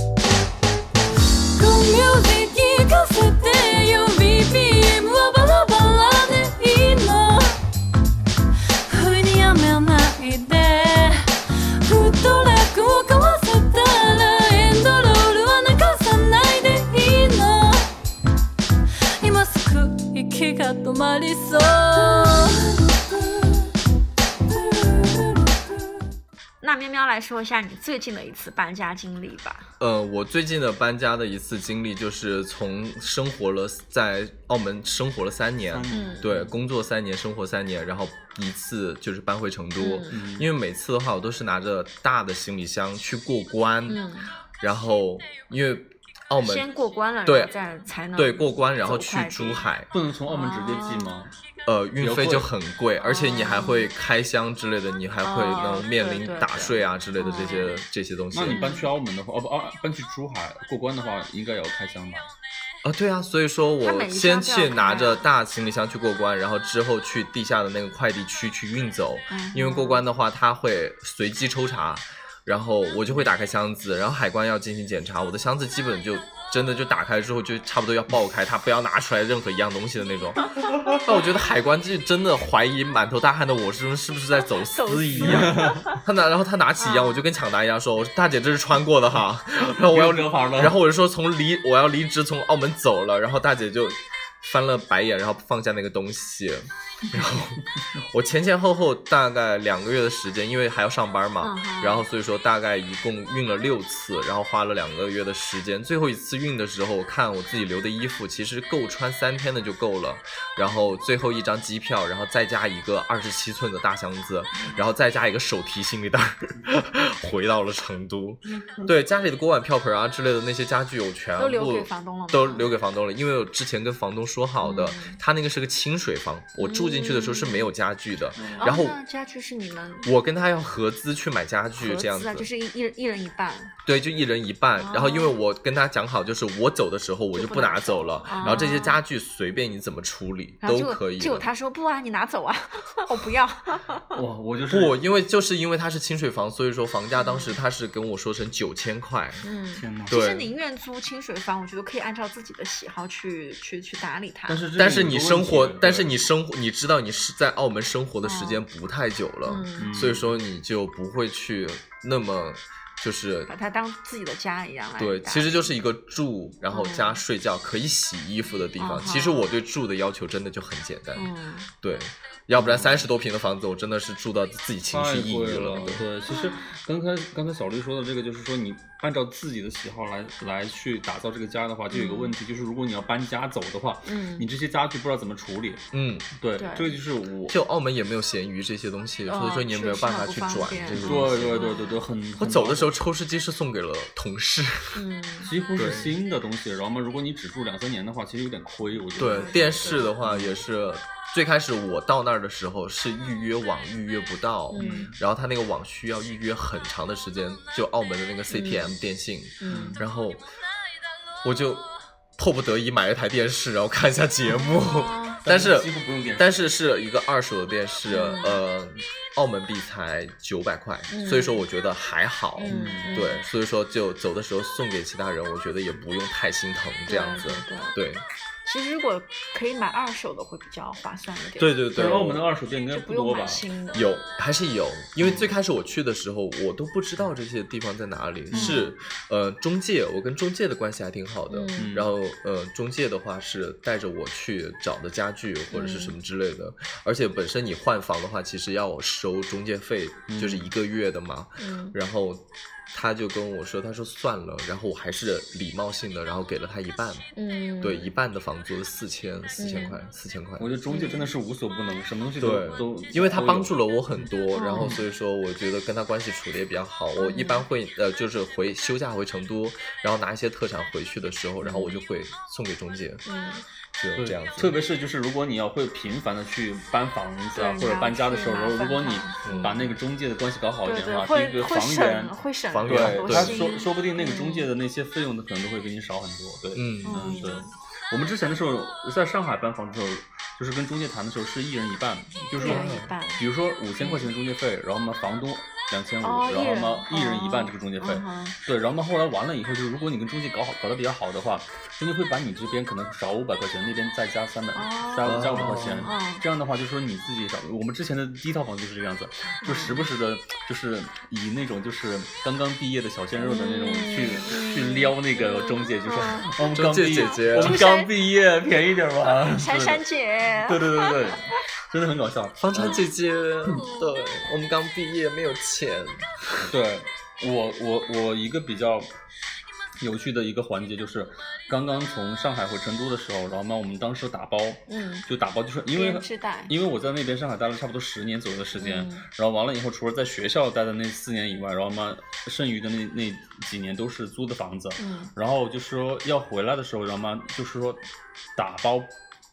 S6: Good music 聞かせてよ BPM はバラバラでいいのふにやめないでフットラックを交わせたらエンドロールは流さないでいいの今すぐ息が止まりそう
S2: 那喵喵来说一下你最近的一次搬家经历吧。
S1: 呃，我最近的搬家的一次经历就是从生活了在澳门生活了三年，
S2: 嗯，
S1: 对，工作三年，生活三年，然后一次就是搬回成都，
S2: 嗯
S1: 因为每次的话我都是拿着大的行李箱去过关，
S2: 嗯，
S1: 然后因为澳
S2: 先
S1: 门
S2: 过关了，
S1: 对
S2: 然后再才能
S1: 对过关，然后
S2: 走
S1: 去
S2: 快递
S1: 珠海，
S5: 不能从澳门直接寄吗？
S1: 呃，运费就很贵，而且你还
S2: 哦
S1: 会开箱之类的，你还会
S2: 哦
S1: 能面
S2: 对
S1: 临
S2: 对
S1: 打
S2: 对
S1: 税啊之类的这
S2: 哦
S1: 些这些东西。
S5: 那你搬去澳门的话，哦不，啊，搬去珠海过关的话，应该也要开箱吧？
S1: 啊，对啊，所以说
S2: 他
S1: 我
S2: 每一
S1: 先
S2: 箱都要
S1: 去拿
S2: 看啊
S1: 着大行李箱去过关，然后之后去地下的那个快递区去运走，
S2: 嗯
S1: 因为过关的话他会随机抽查，然后我就会打开箱子，然后海关要进行检查，我的箱子基本就真的就打开之后就差不多要爆开，他不要拿出来任何一样东西的那种。但我觉得海关就真的怀疑满头大汗的我是不是是不是在走
S2: 走
S1: 私一 样，他拿然后他拿起一样，我就跟抢答一样说，我说大姐这是穿过的 哈，然后我要
S5: 不要折返了
S1: 然后我就说从离我要离职从澳门走了，然后大姐就翻了白眼，然后放下那个东西，然后我前前后后大概两个月的时间，因为还要上班嘛
S2: 嗯哼，
S1: 然后所以说大概一共运了六次，然后花了两个月的时间，最后一次运的时候，我看我自己留的衣服其实够穿三天的就够了，然后最后一张机票，然后再加一个二十七寸的大箱子，然后再加一个手提行李袋儿， 回到了成都。对家里的锅碗瓢盆啊之类的那些家具，我全部
S2: 嗯都留给房东了吗嗯
S1: 都留给房东了，因为我之前跟房东说好的，他那个是个清水房，我住住进去的时候是没有家具的，
S2: 哦
S1: 然后
S2: 那家具是你们
S1: 我跟他要合资去买家具
S2: 合
S1: 这样子
S2: 资啊，，就是一一人一人一半，
S1: 对，就一人一半。然后因为
S2: 哦
S1: 我跟他讲好，就是我走的时候我
S2: 就
S1: 就
S2: 不
S1: 不
S2: 拿
S1: 拿
S2: 走
S1: 走了，然后这些
S2: 哦
S1: 家具随便你怎么处理
S2: 然后
S1: 都
S2: 结果
S1: 可以
S2: 结果
S1: 的。
S2: 他说不啊，你拿走啊， 我不要。
S5: 哇，我就是
S1: 不，因为就是因为它是清水房，所以说房价当时他是跟我说成九千块，
S2: 嗯，
S5: 天哪！
S2: 其实宁
S1: 对。
S2: 愿租清水房，我觉得可以按照自己的喜好去去去打理它。
S5: 但是这
S1: 但
S5: 个
S1: 是
S5: 有
S1: 你
S5: 个问
S1: 生
S5: 题
S1: 活
S5: 对，
S1: 但是你生活，你知道你是在澳门生活的时
S2: 哦
S1: 间不太久了，
S2: 嗯，
S1: 所以说你就不会去那么就是
S2: 把它当自己的家一样来打理。
S1: 对，其实就是一个住，然后加
S2: 嗯
S1: 睡觉可以洗衣服的地方。
S5: 哦
S2: 嗯
S1: 其实
S2: 好
S1: 我对住的要求真的就很简单，
S2: 嗯，
S1: 对，要不然三十多平的房子，我真的是住到自己情绪
S5: 太
S1: 抑
S5: 贵
S1: 郁了。对
S5: 对，其实刚才刚才小绿说的这个，就是说你按照自己的喜好来来去打造这个家的话，就有一个问题，就是如果你要搬家走的话，
S2: 嗯
S5: 你这些家具不知道怎么处理。
S1: 嗯，
S5: 对，
S2: 对
S5: 这个就是我。
S1: 就澳门也没有闲鱼这些东西，所以
S2: 哦
S1: 说你也
S2: 确
S1: 没有
S2: 实
S1: 办
S2: 很
S1: 法
S2: 不
S1: 去
S2: 方
S1: 转
S2: 便
S1: 这个东
S5: 哦对
S1: 西。
S5: 对对对对，很。
S1: 我走的时
S5: 候
S1: 候，抽湿机是送给了同事。
S2: 嗯，
S5: 几乎
S1: 对
S5: 是新的东西，然后嘛，如果你只住两三年的话，其实有点亏，我觉
S1: 对
S5: 得。
S1: 电视的话也是，最开始我到那儿的时候是预约网预约不到，
S2: 嗯
S1: 然后他那个网需要预约很长的时间，就澳门的那个 CTM 电信，
S2: 嗯
S1: 然后我就迫不得已买了台电视，然后看一下节目，
S2: 哦
S1: 但是
S5: 几乎不用电视
S1: 但是是一个二手的电视，
S2: 嗯
S1: 呃，澳门币才九百块，
S2: 嗯
S1: 所以说我觉得还好。
S2: 嗯，嗯
S1: 对，所以说就走的时候送给其他人，我觉得也不用太心疼这样子
S2: 对。对对
S1: 对，
S2: 其实如果可以买二手的会比较划算一点。
S1: 对对对，
S5: 但是澳门的二手店应该
S2: 就不用
S5: 多
S2: 买
S5: 吧？
S2: 新的。
S1: 有还是有，因为最开始我去的时候，我都不知道这些地方在哪里。
S2: 嗯
S1: 是呃中介，我跟中介的关系还挺好的。
S2: 嗯
S1: 然后呃中介的话是带着我去找的家具或者是
S2: 嗯
S1: 什么之类的，而且本身你换房的话，其实要收中介费，就是一个月的嘛。
S2: 嗯
S1: 然后他就跟我说，他说算了，然后我还是礼貌性的，然后给了他一半，
S2: 嗯，
S1: 对，一半的房租四千四千
S2: 嗯
S1: 块四千块。
S5: 我觉得中介真的是无所不能，什么东西都
S1: 对
S5: 都，
S1: 因为他
S5: 都有
S1: 帮助了我很多，
S2: 嗯
S1: 然后所以说我觉得跟他关系处的也比较好。我一般会呃，就是回休假回成都，然后拿一些特产回去的时候，然后我就会送给中介，
S2: 嗯
S1: 就这样子。
S5: 特别是就是如果你要会频繁的去搬房子啊，
S2: 对
S5: 或者搬家的时候，
S2: 你
S5: 然
S2: 要去
S5: 后如果你
S1: 嗯
S5: 把那个中介的关系搞好一
S2: 对
S5: 点
S2: 对
S5: 的，话，第一
S2: 会
S5: 个
S2: 会
S5: 房源
S2: 省，会省
S1: 房源
S2: 很多
S5: 对他
S2: 心。
S5: 说说不定那个中介的那些费用的可能都会给你少很多。对，
S1: 嗯
S2: 嗯
S5: 对。我们之前的时候在上海搬房的时候，就是跟中介谈的时候是一人一半，就是
S2: 一
S5: 说
S2: 人一半
S5: 比如说五千块钱的中介费，然后嘛房东两千五，
S2: 哦，
S5: 然后嘛
S2: 一
S5: 一人一
S2: 哦
S5: 半这个中介费。
S2: 嗯哼
S5: 对，然后后来完了以后，就是如果你跟中介搞好搞得比较好的话，中介会把你这边可能少五百块钱，那边再加三百、
S2: 哦
S5: 加加五百块钱
S2: 嗯，
S5: 这样的话就说你自己找。我们之前的第一套房就是这个样子，就时不时的，就是以那种就是刚刚毕业的小鲜肉的那种去去撩那个 中介，就说
S2: 嗯
S5: 我们
S1: 中
S5: 刚
S1: 介
S5: 毕
S1: 姐
S5: 业
S1: 姐
S5: 我们刚毕业，便宜点吧。
S2: 珊珊姐，
S5: 对对对 对对，真的很搞笑。
S1: 房产姐姐，
S2: 哦
S1: 对我们刚毕业没有钱，
S5: 对我我我一个比较有趣的一个环节就是，刚刚从上海回成都的时候，然后嘛，我们当时打包，
S2: 嗯，
S5: 就打包就是因为
S2: 编织袋
S5: 因为我在那边上海待了差不多十年左右的时间，
S2: 嗯
S5: 然后完了以后，除了在学校待的那四年以外，然后嘛，剩余的那那几年都是租的房子，
S2: 嗯
S5: 然后就说要回来的时候，然后嘛，就是说打包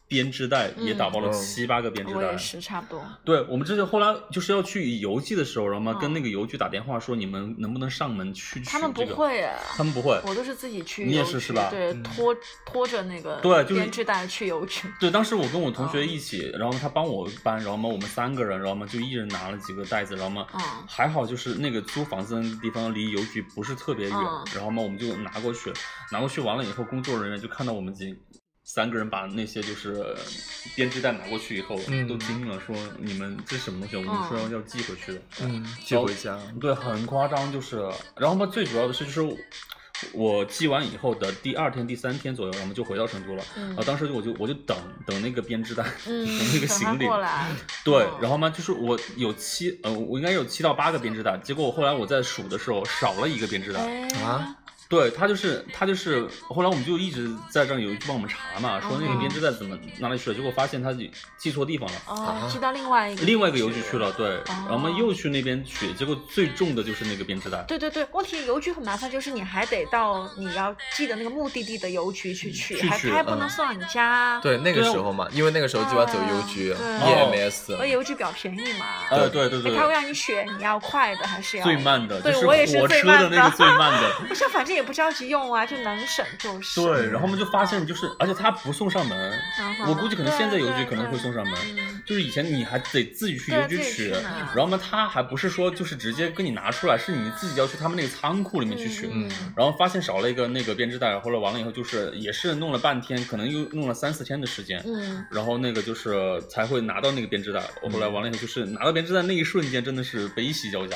S5: 编织袋也打包了
S1: 嗯
S5: 七八个编织
S2: 我
S5: 袋，
S2: 也是差不多。
S5: 对我们之前后来就是要去邮寄的时候，然后嘛、
S2: 嗯
S5: 跟那个邮局打电话说你们能不能上门去取、这个？
S2: 他们不，会耶，
S5: 他们不会。
S2: 我都是自己去邮局。
S5: 你也是是吧
S2: 对，
S5: 嗯
S2: 拖拖着那个
S5: 对就是
S2: 编织袋去邮局。
S5: 对，当时我跟我同
S2: 哦
S5: 学一起，然后他帮我搬，然后嘛我们三个人，然后嘛就一人拿了几个袋子，然后嘛、
S2: 嗯
S5: 还好就是那个租房子的地方离邮局不是特别远，
S2: 嗯
S5: 然后嘛我们就拿过去，拿过去完了以后，工作人员就看到我们几三个人把那些就是编织袋拿过去以后，
S1: 嗯
S5: 都惊了，说你们这是什么东西？我们说
S2: 哦
S5: 要要寄回去的。
S1: 嗯，寄回家。
S5: 对，很夸张，就是，然后嘛，最主要的是就是我。我寄完以后的第二天、第三天左右，我们就回到成都了。
S2: 嗯
S5: 然后当时就我就我就等等那个编织袋，
S2: 嗯，
S5: 等那
S2: 等
S5: 个
S2: 他
S5: 行李。
S2: 过来。
S5: 对
S2: 嗯，
S5: 然后嘛，就是我有七，呃，我应该有七到八个编织袋。结果我后来我在数的时候少了一个编织袋。
S2: 哎
S1: 啊，
S5: 对他就是他就是，后来我们就一直在这儿有人去帮我们查嘛，说那个编织袋怎么哪里去了，结果发现他寄错地方了。
S2: 哦，寄到另外一个
S5: 啊另外一个邮
S2: 局
S5: 局去了，对，
S2: 哦
S5: 然后我们又去那边取，结果最重的就是那个编织袋。
S2: 对对对，问题邮局很麻烦，就是你还得到你要寄的那个目的地的邮局去取，
S5: 去
S2: 还
S5: 取
S2: 他还不能
S1: 嗯
S2: 送到你家。，
S1: 对，那个时候嘛，因为那个时候基本上走邮局、E
S2: 啊对
S1: EMS，
S2: 而邮局比较便宜嘛，
S5: 呃，对对对
S2: 他会，让你选你要快的还是要
S5: 最。慢的，
S2: 对
S5: 就是
S2: 我也是
S5: 火
S2: 最
S5: 车
S2: 慢
S5: 的那
S2: 的
S5: 个最慢的。
S2: 不是，反正也不着急用啊，就能省就是。
S5: 对，然后我们就发现，就是而且他不送上门
S2: 嗯，哼
S5: 我估计可能现在邮局可能
S2: 对
S5: 会送上门
S2: 嗯，
S5: 就是以前你还得自己去邮局
S2: 对自己去
S5: 取，
S2: 拿
S5: 然后嘛，他还不是说就是直接跟你拿出来，是你自己要去他们那个仓库里面去取。
S2: 嗯
S5: 然后发现少了一个那个编织袋，后来完了以后就是也是弄了半天，可能又弄了三四天的时间，
S2: 嗯，
S5: 然后那个就是才会拿到那个编织袋。我后来
S1: 嗯
S5: 完了以后，就是拿到编织袋那一瞬间，真的是悲喜交 加。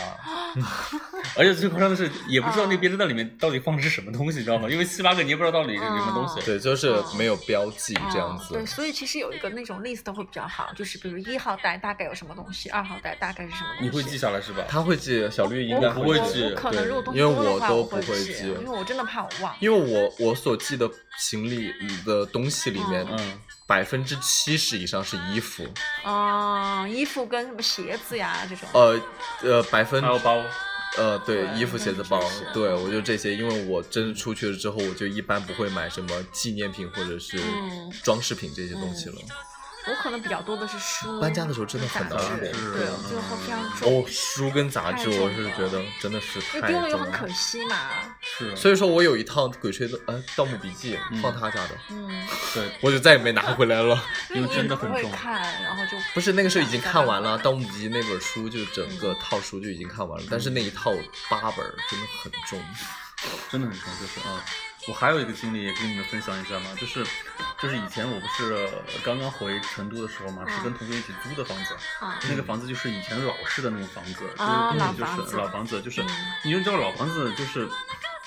S5: 而且最夸张的是，也不知道那个编织袋里面到底放的是什么东西，你知道
S1: 啊
S5: 吗？因为七八个你也不知道到底是什么东西。
S1: 对，就是没有标记这样子
S2: 哦嗯对，。所以其实有一个那种 list 会比较好，就是比如一号袋大概有什么东西，二号袋大概是什么东西。
S5: 你会记下来是吧？
S1: 他会记，小绿应
S2: 我
S1: 该
S5: 不
S2: 可
S5: 会
S2: 我
S5: 记
S2: 我可能
S1: 对
S2: 如果东西
S1: 因为
S2: 多的
S1: 我
S2: 话，
S1: 都
S2: 我
S1: 不
S2: 会
S1: 会
S2: 记，
S1: 记
S2: 因为我真的怕我忘。
S1: 因为我我所记的行李嗯的东西里面，
S5: 嗯，
S1: 百分之七十以上是衣服，
S2: 啊、衣服跟什么鞋子呀这种。
S1: 呃呃，百分
S5: 还有包，
S1: 呃对
S2: 对
S1: 衣服、
S2: 那
S1: 鞋子、
S2: 确
S1: 包
S2: 实，
S1: 对我就这些，因为我真的出去了之后，我就一般不会买什么纪念品或者是
S2: 嗯
S1: 装饰品这些东西了。
S2: 我可能比较多的是书。
S1: 搬家的时候真的很
S2: 杂
S1: 难
S2: 志，
S5: 是
S2: 对，就会非
S5: 嗯
S2: 常重，
S1: 哦，书跟杂志，
S2: 嗯太重
S1: 我是
S2: 了
S1: 觉得真的是
S2: 就
S1: 太
S2: 丢了又
S1: 重
S2: 很可惜嘛。
S5: 是，
S1: 所以说我有一套《鬼吹灯》呃《盗墓笔记》
S5: 嗯
S1: 放他家的，
S2: 嗯，
S5: 对，
S1: 我就再也没拿回来了。
S2: 因为
S5: 因为
S2: 你
S5: 真
S2: 也
S5: 的
S2: 不
S5: 很
S2: 会
S5: 重
S2: 看，然后就
S1: 不是那个时候已经看完了《盗墓笔记》那本书，就整个
S2: 嗯
S1: 套书就已经看完了，但是那一套八本儿真的很重。
S5: 真的很重，就是啊、我还有一个经历也跟你们分享一下嘛，就是就是以前我不是刚刚回成都的时候嘛，是跟同学一起租的房子，
S2: 啊，
S5: 那个房子就是以前老式的那种房子，
S2: 啊
S5: 就是
S2: 老
S5: 就是
S2: 房子
S5: 哦老房子，就是
S2: 嗯
S5: 你就知道老房子就是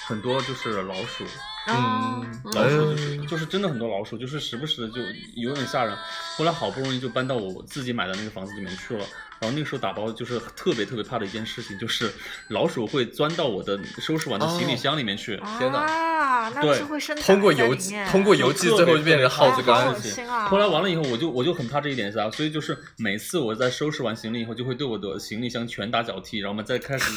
S5: 很多就是老鼠，
S2: 然后嗯
S5: 老鼠就
S1: 嗯
S5: 是就是真的很多老鼠，就是时不时的就有点吓人。后来好不容易就搬到我自己买的那个房子里面去了，然后那个时候打包就是特别特别怕的一件事情，就是老鼠会钻到我的收拾完的行李箱里面去。
S1: 天哪
S2: 啊，那
S5: 对
S2: 是会生
S1: 通过
S2: 长在
S1: 邮
S2: 里
S1: 寄
S2: 面，
S1: 通过邮寄最后就变成耗子
S2: 哎好
S1: 干
S2: 恶。心啊
S5: 后来完了以后，我就我就很怕这一点噻，所以就是每次我在收拾完行李以后，就会对我的行李箱拳打脚踢，然后我们再开始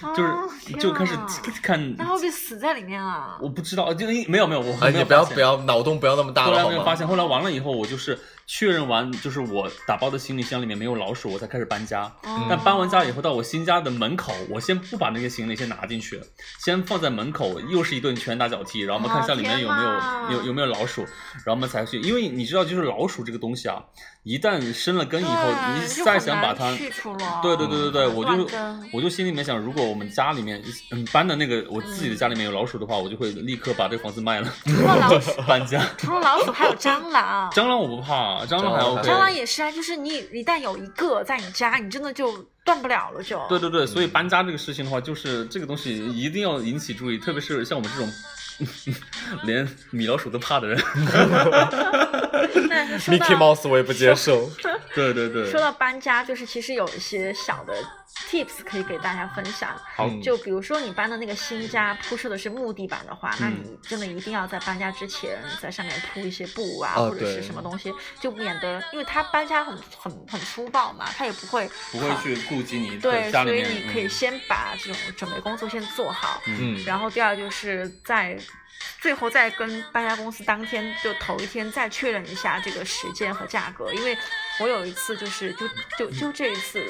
S5: 就就
S2: 哦
S5: 是
S2: 天
S5: 就开始
S2: 哪
S5: 看，
S2: 那会不会死在里面啊？
S5: 我不知道，就没有没有我
S1: 哎，
S5: 没
S1: 你
S5: 有
S1: 不要
S5: 发现
S1: 不要脑洞不要那么大
S5: 后
S1: 了
S5: 来
S1: 啊好
S5: 没有发
S1: 吗？
S5: 现，后来完了以后，我就是确认完，就是我打包的行李箱里面没有老鼠，我才开始搬家。
S2: 嗯
S5: 但搬完家以后，到我新家的门口，我先不把那些行李先拿进去，先放在门口，又是一顿拳打脚踢，然后我们看一下里面有没有、
S2: 哦天哪
S5: 有有没有老鼠，然后我们才去。因为你知道，就是老鼠这个东西啊，一旦生了根以后，
S2: 对
S5: 你
S2: 就
S5: 再
S2: 很
S5: 想
S2: 难
S5: 把它
S2: 去除了，
S5: 对对对
S1: 嗯
S5: 对对，我就
S2: 断根
S5: 我就心里面想，如果我们家里面嗯搬的那个我自己的家里面有老鼠的话，我就会立刻把这个房子卖了，
S2: 了嗯老鼠
S5: 搬家。
S2: 除了老鼠还有蟑 螂，
S5: 蟑螂我不怕，蟑螂还
S1: 蟑螂
S5: OK。
S2: 蟑螂也是啊，就是你一旦有一个在你家，你真的就断不了了就。
S5: 对对对，所以搬家这个事情的话，就是这个东西一定要引起注意，特别是像我们这种 连米老鼠都怕的人。
S2: 那说到
S1: Mickey Mouse 我也不接受。
S5: 对对对
S2: 说，到搬家，就是其实有一些小的 tips 可以给大家分享。
S5: 好
S2: 就比如说你搬的那个新家铺设的是木地板的话，那
S5: 嗯
S2: 你真的一定要在搬家之前在上面铺一些布啊，
S1: 哦
S2: 或者是
S1: 对
S2: 什么东西，就免得因为它搬家很很很粗暴嘛，它也不会
S5: 不会去顾及你
S2: 对，
S5: 家里
S2: 所以
S5: 面。嗯
S2: 你可以先把这种准备工作先做好，
S1: 嗯，
S2: 然后第二就是在最后再跟搬家公司当天就头一天再确认一下这个时间和价格，因为我有一次就是就就就这一次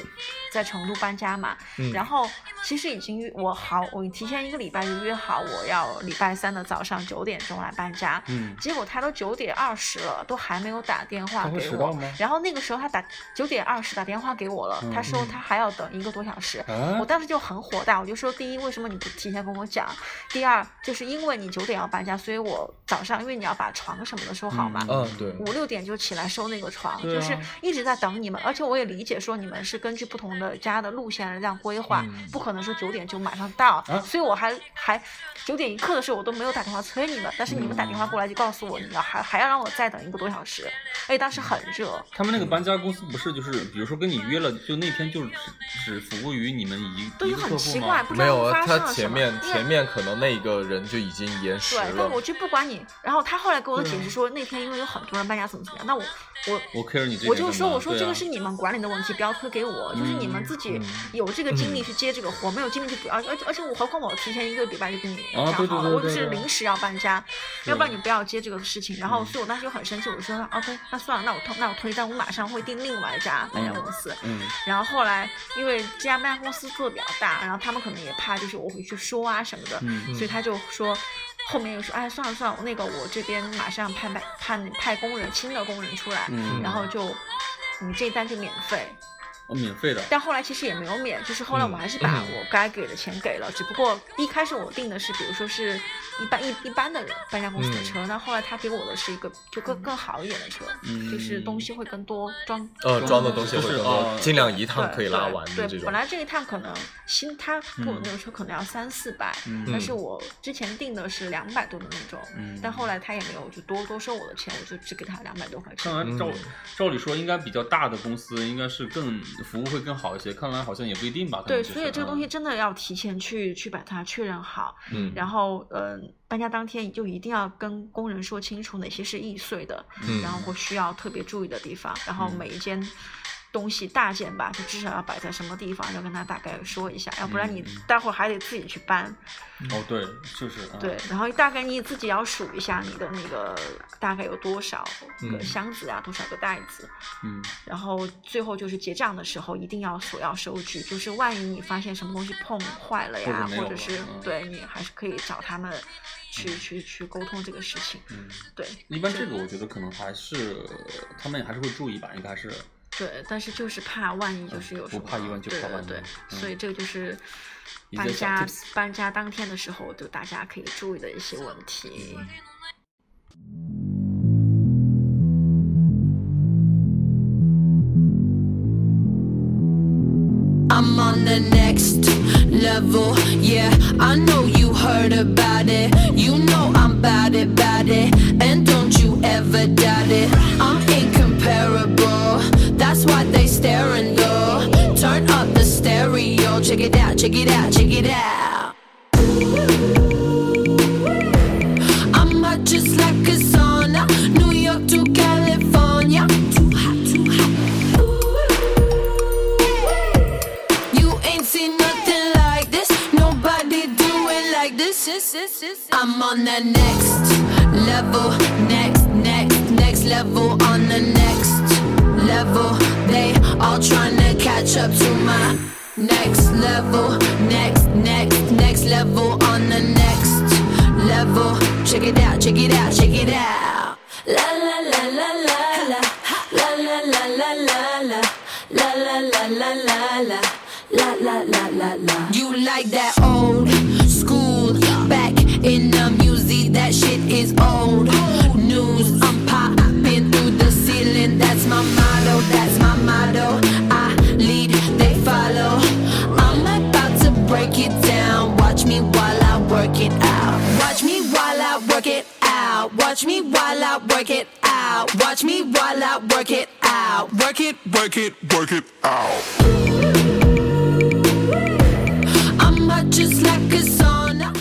S2: 在成都搬家嘛，
S1: 嗯
S2: 然后其实已经约我好，我提前一个礼拜就约好我要礼拜三的早上九点钟来搬家，
S5: 嗯
S2: 结果他都九点二十了，都还没有打电话
S5: 他会
S2: 给
S5: 迟到
S2: 我
S5: 吗。嗯
S2: 然后那个时候他打九点二十打电话给我了，他说他还要等一个多小时。
S5: 啊
S1: 嗯
S2: 我当时就很火大，我就说：第一，为什么你不提前跟我讲？第二，就是因为你九点要搬一下，所以我早上因为你要把床什么的收好嘛，
S1: 嗯，对，
S2: 五六点就起来收那个床，
S5: 对啊
S2: 就是一直在等你们。而且我也理解说你们是根据不同的家的路线来这样规划，
S1: 嗯
S2: 不可能说九点就马上到。
S1: 啊
S2: 所以我还还九点一刻的时候我都没有打电话催你们，但是你们打电话过来就告诉我你要还还要让我再等一个多小时。哎，当时很热，
S5: 他们那个搬家公司不是就是，比如说跟你约了，就那天就是只只服务于你们一
S2: 对，
S5: 一
S2: 就
S5: 个
S2: 很
S5: 客
S2: 奇
S5: 户
S2: 怪，
S5: 吗？
S2: 不知
S1: 没有
S2: 道
S1: 啊，
S2: 发生
S1: 他
S2: 了什
S1: 前
S2: 么。
S1: 面
S2: 因为
S1: 前面可能那一个人就已经延时
S2: 对，
S1: 了
S2: 但，我就不管你。然后他后来给我的解释说，那天因为有很多人搬家，怎么怎么样。那我我
S5: 我 care 你这
S2: 我
S5: 点
S2: 就
S5: 干
S2: 说，
S5: 嘛
S2: 我说
S5: 对
S2: 这个
S5: 啊嗯
S2: 是你们管理的问题，不要推给我，就是你们自己有这个精力去接这个活，没有精力就不要。而且而且我何况我提前一个礼拜就跟你讲
S5: 啊对对
S2: 好了，
S5: 对
S2: 我只
S5: 对
S2: 是
S5: 对嗯
S2: 临时要搬家，要不然你不要接这个事情。然后所以我当时就很生气，我说那 OK，那算了，那我推那我推但我马上会订另外一家搬家公司。
S5: 嗯，
S2: 然后后来因为这家搬家公司做的比较大，然后他们可能也怕就是我回去说啊什么的，
S5: 嗯
S2: 所以他就说。后面又说，哎，算了算了，那个我这边马上派派派派工人，新的工人出来，
S5: 嗯，
S2: 然后就你这一单就免费。
S5: 哦免费的，
S2: 但后来其实也没有免，就是后来
S1: 嗯
S2: 我还是把我该给的钱给了，只不过一开始我订的是，比如说是一般一一般的人搬家公司
S1: 嗯
S2: 的车，那、后来他给我的是一个就更更好一点的车，
S5: 嗯
S2: 就是东西会更多装。
S1: 呃，装的哦东西会
S5: 就是
S1: 更多，
S5: 呃
S1: 尽量一趟
S2: 对
S1: 可以拉完
S2: 对
S1: 的
S2: 对
S1: 这，种嗯
S2: 本。来这一趟可能新他给我的那个车可能要三四百，
S5: 嗯
S2: 但是我之前订的是两百多的那种，
S5: 嗯
S2: 但后来他也没有就多多收我的钱，我就只给他两百多块钱
S5: 看。来照
S1: 嗯
S5: 照理说，应该比较大的公司应该是更服务会更好一些，看来好像也不一定吧。他们
S2: 对，
S1: 嗯
S5: 就
S2: 所以
S5: 是啊
S2: 这个东西，真的要提前去去把它确认好，
S1: 嗯
S2: 然后嗯、呃搬家当天就一定要跟工人说清楚哪些是易碎的，
S1: 嗯
S2: 然后或需要特别注意的地方，然后每一间。东西大件吧，就至少要摆在什么地方，要跟他大概说一下，要不然
S1: 嗯
S2: 你待会儿还得自己去搬。
S5: 哦，对，就是嗯
S2: 对，然后大概你自己要数一下你的那个大概有多少个
S1: 嗯
S2: 箱子啊，多少个袋子，
S5: 嗯，
S2: 然后最后就是结账的时候一定要索要收据，就是万一你发现什么东西碰坏了呀，
S5: 或者没
S2: 或
S5: 有
S2: 者
S5: 了
S2: 是、
S5: 嗯
S2: 对你还是可以找他们去、去去沟通这个事情。
S5: 嗯
S2: 对
S5: 一般这个我觉得可能还是他们也还是会注意吧，应该是
S2: 对，但是就是怕万一就是有
S5: 嗯不
S2: 什么
S5: 怕一万就
S2: 对
S5: 怕
S2: 对
S5: 万一
S2: 对，
S5: 嗯
S2: 所以这个就是
S5: 一
S2: 搬
S5: 些小
S2: 家
S5: tips
S2: 搬家当天的时候，就大家可以注意的一些问题。
S7: I'm on the next level, yeah. I know you heard about it. You know I'm bout it, bout it. And don't you ever doubt it. I'm incomparable. That's why they staring though. Turn up the stereo. Check it out, check it out, check it out. I'm hot just like a sauna. New York to California. Too hot, too hot. You ain't seen nothing like this. Nobody do it like this. This, this, this. I'm on the next level, next, next, next level. On the next level, they all trying to catch up to my next level, next, next, next level. On the next level, check it out, check it out, check it out. La la la la la la la la la la la la la la la la la la. La la la la la. You like that old school? Back in the music, that shit is old news. I'm popping through the ceiling. That's my motto. That's my motto. I lead, they follow. I'm about to break it down. Watch me while I work it out. Watch me while I work it out. Watch me while I work it out. Watch me while I work it out. Work it, work it, work it out. I'm hot just like a sauna.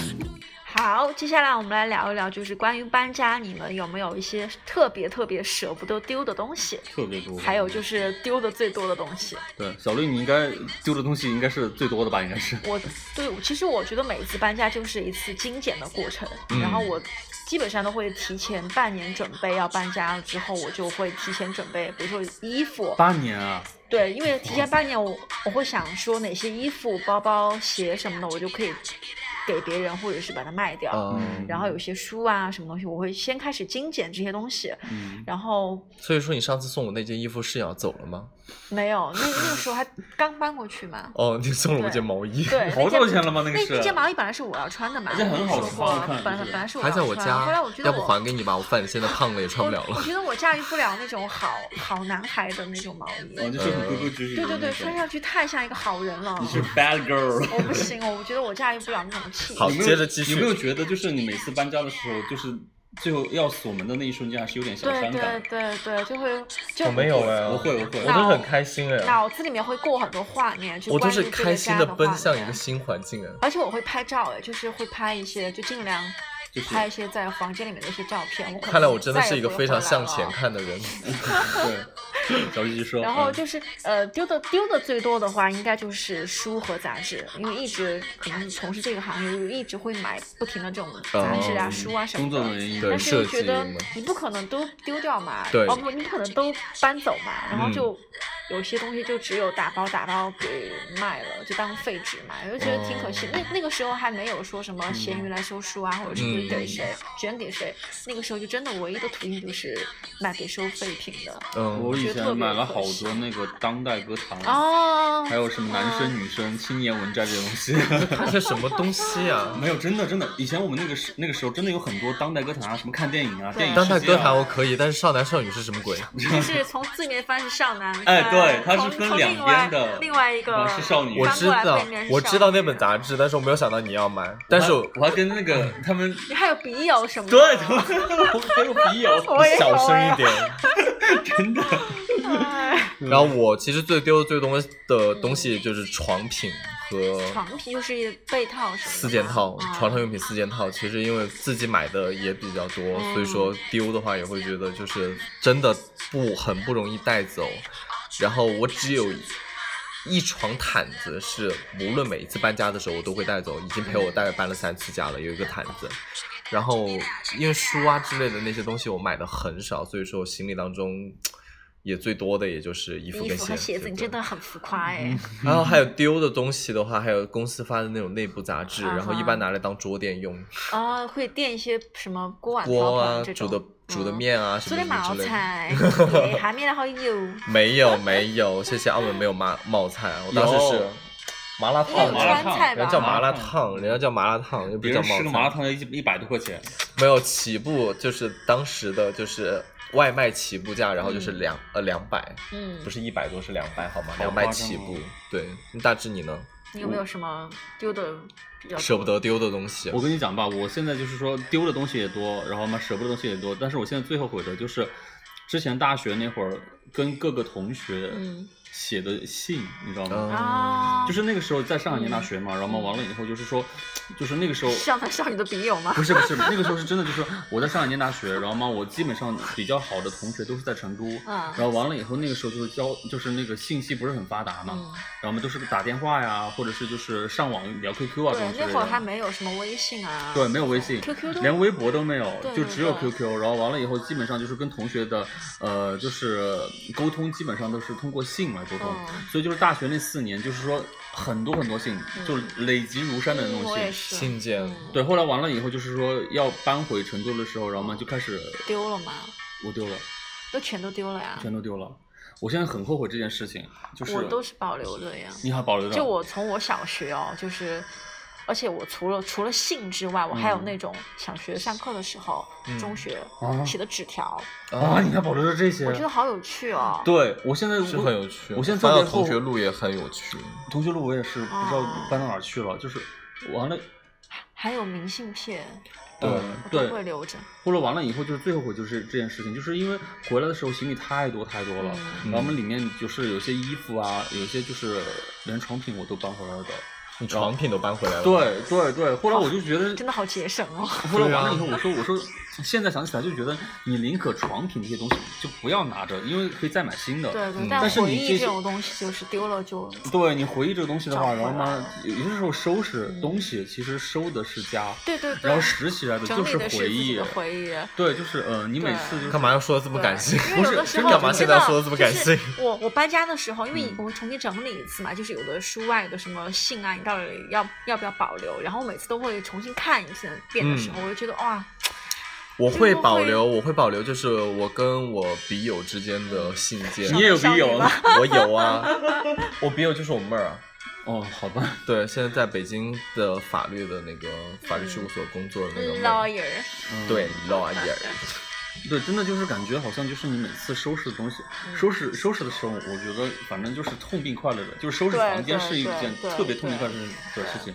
S2: 好，接下来我们来聊一聊，就是关于搬家，你们有没有一些特别特别舍不得丢的东西？
S5: 特别多。
S2: 还有就是丢的最多的东西。
S5: 对小绿，你应该丢的东西应该是最多的吧？应该是
S2: 我对，我其实我觉得每一次搬家就是一次精简的过程，
S5: 嗯
S2: 然后我基本上都会提前半年准备要搬家了之后，我就会提前准备，比如说衣服，
S5: 八年啊，
S2: 对，因为提前半年我我会想说哪些衣服、包包、鞋什么的，我就可以给别人，或者是把它卖掉。
S1: 嗯，
S2: 然后有些书啊，什么东西，我会先开始精简这些东西，
S5: 嗯，
S2: 然后
S1: 所以说你上次送我那件衣服是要走了吗？，
S2: 没有，那那个时候还刚搬过去嘛
S1: 哦，你送了我
S2: 对
S1: 件毛衣，
S2: 对，
S5: 好
S2: 那件
S5: 多钱了吗？那
S2: 嗯那
S5: 个是
S2: 那件毛衣本来是我要穿的嘛，
S5: 而且很好
S2: 我就
S5: 穿
S2: 说
S5: 我
S2: 过
S5: 看
S2: 本来
S5: 就是
S2: 本来是我
S1: 还在
S2: 要
S1: 我
S2: 穿
S1: 家
S2: 后来我觉，得
S1: 要不
S2: 我
S1: 还给你吧，我反正现在胖了也穿不了
S2: 我
S1: 了。
S2: 觉得我驾驭不了那种好好男孩的那种毛衣，
S5: 哦，就是很规规矩矩的
S2: 对
S5: 那
S2: 对
S5: 种。
S2: 对，穿上去太像一个好人了
S5: 你。是 bad girl。
S2: 我不行，我觉得我驾驭不了那种气。
S1: 好
S5: 有没有
S1: 接着继续
S5: 有没有觉得就是你每次搬家的时候，就是最后要锁门的那一瞬间，还是有点小
S2: 对
S5: 伤
S2: 对
S5: 感？
S2: 对对，就会就
S1: 我没有哎，
S5: 我会我会
S1: 我都很开心哎，
S2: 脑子里面会过很多画面，就
S1: 我都
S2: 关
S1: 是
S2: 于这
S1: 开心
S2: 家
S1: 的
S2: 的
S1: 奔
S2: 画
S1: 向一
S2: 面
S1: 个新环境哎。
S2: 而且我会拍照，哎，就是会拍一些，就尽量
S5: 就是
S2: 拍一些在房间里面的一些照片。我可能
S1: 看来我真的
S2: 再也
S1: 是一个
S2: 不
S1: 非
S2: 会
S1: 常
S2: 回来
S1: 向
S2: 了
S1: 前。看的人。
S5: 对， 小继续说。
S2: 然后
S5: 嗯
S2: 就是呃，丢的丢的最多的话，应该就是书和杂志，因为一直可能从事这个行业，一直会买不停的这种杂志啊、
S1: 哦
S2: 书啊什么
S5: 嗯工作
S2: 的。
S5: 原因，
S1: 对
S2: 但是又
S1: 设
S2: 觉
S1: 计
S2: 得
S1: 嘛
S2: 你不可能都丢掉嘛，
S1: 对
S2: 哦不，你不可能都搬走嘛，然后
S1: 嗯
S2: 就有些东西就只有打包打包给卖了，就当废纸卖，我就觉得挺可惜。那那个时候还没有说什么闲鱼来收书啊，或者是
S1: 哦嗯
S2: 归给谁、捐给谁，那个时候就真的唯一的途径就是卖给收废品的。
S1: 嗯，
S5: 我以前买了好
S2: 我觉得
S5: 多那个当代歌坛，
S2: 哦，
S5: 还有什么男生女生青年文摘这些东西。
S1: 这是什么东西啊？
S5: 没有，真的真的，以前我们那个时那个时候真的有很多当代歌坛啊，什么看电影啊，
S2: 对
S5: 电影
S1: 当代
S5: 世界
S1: 歌
S5: 啊
S1: 坛我可以，但是少男少女是什么鬼？
S2: 就是从字面翻是少男翻，
S5: 哎对它是
S2: 呃从
S5: 分
S2: 从
S5: 两
S2: 另外
S5: 边的
S2: 另外一个
S5: 啊是少女
S1: 我
S2: 翻
S1: 知
S2: 过来
S1: 道
S2: 背面，是
S1: 我
S2: 少
S1: 知道
S2: 女啊
S1: 那本杂志，但是我没有想到你要买。但是我
S5: 我还我还跟那个他们
S2: 你还有笔友什么的？
S5: 对，他们还有笔友，
S2: 我也有
S1: 小声一
S2: 哎
S1: 点。
S5: 真的。
S2: 哎
S1: 然后我其实最丢的最多的东西就是床品和
S2: 床皮就是被套什么的
S1: 四件套，
S2: 啊
S1: 床上用品四件套。其实因为自己买的也比较多，
S2: 嗯
S1: 所以说丢的话也会觉得就是真的不很不容易带走。然后我只有一床毯子是无论每一次搬家的时候我都会带走，已经陪我大概搬了三次家了，有一个毯子。然后因为书啊之类的那些东西我买的很少，所以说我行李当中也最多的也就是嗯衣服
S2: 衣
S1: 跟
S2: 服和鞋子，你真的很浮夸哎。
S1: 然后还有丢的东西的话，还有公司发的那种内部杂志，
S2: 啊哈
S1: 然后一般拿来当桌垫用，
S2: 啊，会垫一些什么锅碗瓢
S1: 锅啊
S2: 盆这、
S1: 煮
S2: 种
S1: 的煮的。面啊
S2: 嗯
S1: 什
S2: 做
S1: 么
S2: 点
S1: 什
S2: 毛
S1: 么之类的。
S2: 菜，给下面然后有，
S1: 没有没有，谢谢澳门没有冒冒菜，啊我当时是
S5: 有
S1: 麻辣
S2: 应该
S1: 烫
S2: 是
S5: 麻
S1: 嘛，
S5: 辣
S2: 川
S5: 烫
S2: 菜
S1: 人
S2: 吧
S1: 家？叫麻辣
S2: 嗯
S1: 烫，人家叫麻辣烫，又不
S5: 别
S1: 叫
S5: 人
S1: 冒
S5: 吃个麻辣
S1: 菜。
S5: 烫要一一百多块钱，
S1: 没有起步就是当时的就是外卖起步价，然后就是两呃两百，
S2: 嗯
S1: 不，是一百多是两百好吗？
S5: 好
S1: 两
S5: 夸
S1: 百
S5: 张
S1: 起步
S5: 哦，
S1: 对。大致你呢？
S2: 你有没有什么丢的比较多
S1: 舍不？得丢的东西，啊
S5: 我跟你讲吧，我现在就是说丢的东西也多，然后嘛舍不得东西也多，但是我现在最后悔的就是之前大学那会儿跟各个同学
S2: 嗯
S5: 写的信，你知道吗？
S1: 嗯，
S2: 啊，
S5: 就是那个时候在上海念大学
S2: 嗯
S5: 嘛，然后嘛完了以后就是说，就是那个时候
S2: 上男少女的笔友吗？
S5: 不是不是，那个时候是真的，就是我在上海念大学，然后嘛，我基本上比较好的同学都是在成都，
S2: 啊
S5: 然后完了以后，那个时候就是交，就是那个信息不是很发达嘛，
S2: 嗯
S5: 然后我们都是打电话呀，或者是就是上网聊 QQ 啊这
S2: 对
S5: 种，之类
S2: 那
S5: 的。
S2: 会儿还没有什么微信啊，
S5: 对，没有微信
S2: QQ 都
S5: 连微博都没有，
S2: 对
S5: 就
S2: 对
S5: 只有
S2: 对
S5: QQ。然后完了以后，基本上就是跟同学的，呃，就是沟通，基本上都是通过信来沟
S2: 嗯
S5: 通。所以就是大学那四年，就是说很多很多信，就累积如山的那
S2: 嗯
S5: 种
S2: 我也
S5: 信。
S2: 是
S1: 信件。
S5: 对，后来完了以后，就是说要搬回成都的时候，然后嘛就开始
S2: 丢了嘛，
S5: 我丢了，
S2: 都全都丢了呀，
S5: 全都丢了。我现在很后悔这件事情，就是
S2: 我都是保留的呀。
S5: 你还保留着，
S2: 就我从我小学哦，就是，而且我除了除了信之外，我还有那种小学上课的时候，中学、
S5: 嗯啊
S2: 写的纸条，
S5: 啊，你还保留着这些
S2: 我觉？得好有趣哦。
S5: 对，我现在
S1: 是很有趣。
S5: 我现在
S1: 翻
S5: 特
S1: 到
S5: 别后
S1: 同学录也很有趣。
S5: 同学录我也是不知道
S2: 哦
S5: 搬到哪儿去了，就是完了，
S2: 还有明信片，
S1: 对
S5: 呃
S2: 我都嗯会
S5: 对，
S2: 留着。
S5: 或者完了以后就是最后悔就是这件事情，就是因为回来的时候行李太多太多了，
S1: 嗯
S5: 然后我们里面就是有些衣服啊，有些就是连床品我都搬回来了的。
S1: 你床品都搬回来了。，
S5: 对对对，后来我就觉得
S2: 真的好节省哦，
S5: 后来
S1: 啊
S5: 完了以后，我说我说，现在想起来就觉得你宁可床品这些东西就不要拿着，因为可以再买新的。
S2: 对对，
S1: 嗯
S5: 但是
S2: 回
S5: 你
S2: 忆
S5: 这
S2: 这
S5: 些
S2: 种东西就是丢了就，
S5: 对你回忆这个东西的话，
S2: 找回
S5: 然后嘛
S2: 来，
S5: 有些时候收拾东西，其实收的是家，
S2: 对对对，
S5: 然后拾起来的
S2: 整
S5: 就
S2: 理的是
S5: 回
S2: 自己
S5: 忆
S2: 的。回忆，
S5: 对，就是呃，你每
S2: 对
S5: 次就是
S1: 干嘛要说的这么
S2: 对
S1: 感性？
S2: 因为有的时候
S1: 干嘛
S2: 你
S1: 现
S2: 知
S1: 在
S2: 道
S1: 说的这么感性？
S2: 就
S5: 嗯
S2: 是、我我搬家的时候，因为我重新整理一次嘛，就是有的书啊，有的什么信啊，你到到底要要不要保留，然后每次都会重新看一遍遍的时
S5: 嗯
S2: 候，我就觉得哇，
S1: 我
S2: 就
S1: 会
S2: 会
S1: 保留，我会保留，就是我跟我笔友之间的信件
S5: 你。也有
S2: 少
S5: 笔
S2: 女
S5: 友
S2: 吧？
S1: 我有啊， 我笔友就是我妹儿啊。
S5: 哦，好吧，
S1: 对，现在在北京的法律的那个法律事务所工作的那个妹儿。
S2: lawyer，
S5: 嗯
S1: 对，lawyer，
S5: 对，真的就是感觉好像就是你每次收拾东西，
S2: 嗯
S5: 收拾收拾的时候，我觉得反正就是痛并快乐着，就是收拾
S2: 对
S5: 房间
S2: 对
S5: 是一
S2: 对
S5: 件
S2: 对
S5: 特别痛并快乐的事情。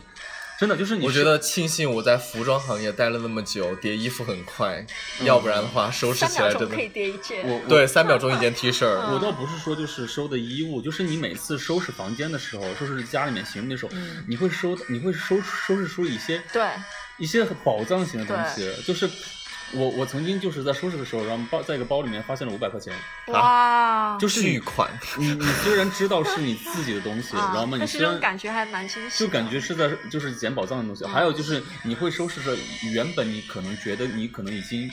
S5: 真的就是你
S1: 我
S5: 是，
S1: 觉得庆幸我在服装行业待了那么久，叠衣服很快，要不然的话收拾
S2: 三
S1: 起
S2: 秒
S1: 来真
S2: 钟
S1: 的
S2: 可以嗯叠一件。
S5: 我我
S1: 对三秒钟一件 T 恤儿。
S5: 我倒不是说就是收的衣物，就是你每次收拾房间的时候，收拾家里面行李的时候，
S2: 嗯
S5: 你会收，你会收收拾出一些
S2: 对，
S5: 一些宝藏型的东西。就是我我曾经就是在收拾的时候，然后包在一个包里面发现了五百块钱。
S2: 哇，
S5: 啊就是
S1: 巨
S5: 你
S1: 款，
S5: 你你虽然知道是你自己的东西，然
S2: 啊
S5: 后嘛，你
S2: 但是
S5: 虽
S2: 这种
S5: 然
S2: 感觉还蛮新奇
S5: 就
S2: 的，
S5: 感觉是在就是捡宝藏的东西。还有就是你会收拾着原本你可能觉得你可能已经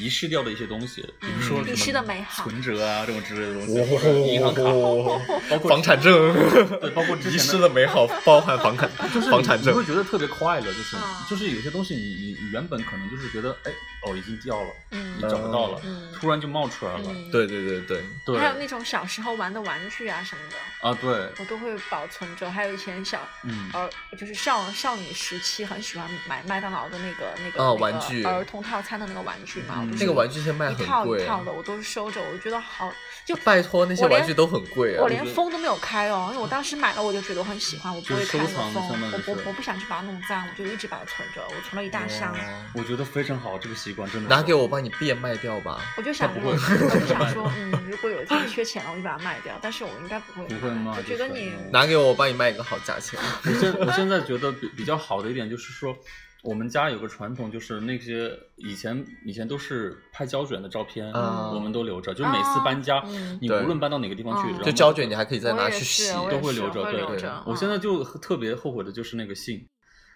S5: 遗失掉的一些东西，比如说
S2: 嗯遗
S5: 什
S2: 失
S5: 么
S2: 的美好
S5: 存折啊这种之类的东西，或者银行卡，包括
S1: 房产证，
S5: 对，包括之
S1: 遗
S5: 前
S1: 失的美好包含房产
S5: 就是
S1: 房产
S5: 你你会
S1: 证。
S5: 觉得特别快乐，就是
S2: 啊
S5: 就是有些东西你你你原本可能就是觉得哎哦已经掉了，
S2: 嗯
S5: 你找不到了，
S2: 嗯
S5: 突然就冒出来了，
S2: 嗯
S1: 对对对对，
S5: 对
S2: 还有那种小时候玩的玩具啊什么的，
S5: 啊对，
S2: 我都会保存着。还有以前小
S5: 嗯
S2: 呃，就是少少女时期很喜欢买麦当劳的那个那个、
S1: 哦
S2: 那个
S1: 玩具
S2: 儿童套餐的那个玩具嘛，我
S5: 嗯
S2: 就是
S1: 那个玩具现在卖
S2: 一
S1: 很
S2: 套
S1: 贵
S2: 一，套的，我都收着，我觉得好就
S1: 拜托那些
S2: 我连
S1: 玩具都很贵啊
S2: 我。连封都没有开哦，因为我当时买了我就觉得我很喜欢，我不
S5: 就
S2: 会
S5: 是
S2: 开
S5: 收
S2: 那个
S5: 藏的相
S2: 封，
S5: 当于
S2: 我我
S5: 是
S2: 我不想去把它弄脏，我就一直把它存着，我存了一大箱。
S1: 哦
S5: 我觉得非常好，这个习惯真的
S1: 拿给我，我帮你变卖掉吧。
S2: 我就想，
S5: 不
S2: 如果
S5: 会
S2: 我 就想说，嗯，如果有一天缺钱了，我就把它卖掉。但是我应该不会，
S5: 不会吗
S2: 我觉得
S5: 就是
S2: 你
S5: 嗯
S1: 拿给我，我帮你卖一个好价钱。
S5: 我现我现在觉得比比较好的一点就是说。我们家有个传统，就是那些以前以前都是拍胶卷的照片，
S1: 嗯
S5: 我们都留着。就是每次搬家，
S2: 啊嗯
S5: 你无
S1: 对
S5: 论搬到哪个地方去，
S2: 嗯
S5: 然后
S1: 就胶卷，你还可以再拿
S2: 我也
S1: 去洗
S2: 是，。我也
S5: 都会
S2: 是
S5: 留着
S2: 会
S5: 对
S2: 留
S1: 对
S2: 着。
S5: 我现
S2: 嗯
S5: 在就特别后悔的就是那个信，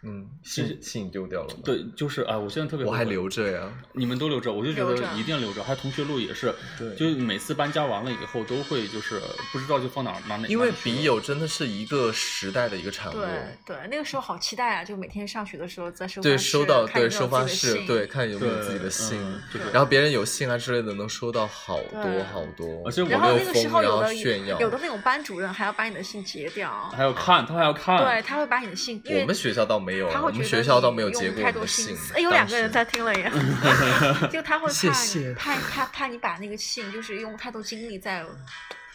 S1: 嗯，
S5: 是
S1: 信信丢掉了吗？，
S5: 对，就是啊，我现在特别
S1: 我
S5: 后
S1: 还
S5: 悔
S1: 留着呀。
S5: 你们都留着，我就觉
S2: 留着
S5: 得一定要留着。还有同学录也是，
S1: 对
S5: 就是每次搬家完了以后，都会就是不知道就放哪儿拿哪。
S1: 因为
S5: 哪里去
S1: 笔友真的是一个时代的一个产物。
S2: 对对，那个时候好期待啊！就每天上学的时候在收
S1: 对，
S2: 发
S1: 收
S2: 室
S1: 到
S2: 看有
S1: 对
S2: 没有
S1: 收发
S2: 自己的
S1: 室，
S2: 信
S1: 对，看有没有
S5: 对
S1: 自己的信
S5: 嗯，就是
S1: 然后别人有信啊之类的，能收到好多
S2: 对
S1: 好多，
S5: 而且我
S1: 有
S2: 然
S1: 没
S2: 后
S1: 有
S2: 那个时
S1: 封，
S2: 候
S1: 然
S2: 有
S1: 后
S2: 的
S1: 炫耀。啊
S2: 有的那种班主任还要把你的信截 掉，
S5: 还要看，他还要看。
S2: 对，他会把你的信，因为
S1: 我们学校倒没有啊，
S2: 他
S1: 我
S2: 会
S1: 们
S2: 觉
S1: 学
S2: 得
S1: 校倒
S2: 你
S1: 没有
S2: 用
S1: 结过
S2: 太
S1: 我们
S2: 多
S1: 的
S2: 心
S1: 信
S2: 思。哎，有两个人在
S1: 当时
S2: 听 了耶，就他会怕
S1: 谢
S2: 你
S1: 谢
S2: 怕怕怕你把那个信，就是用太多精力在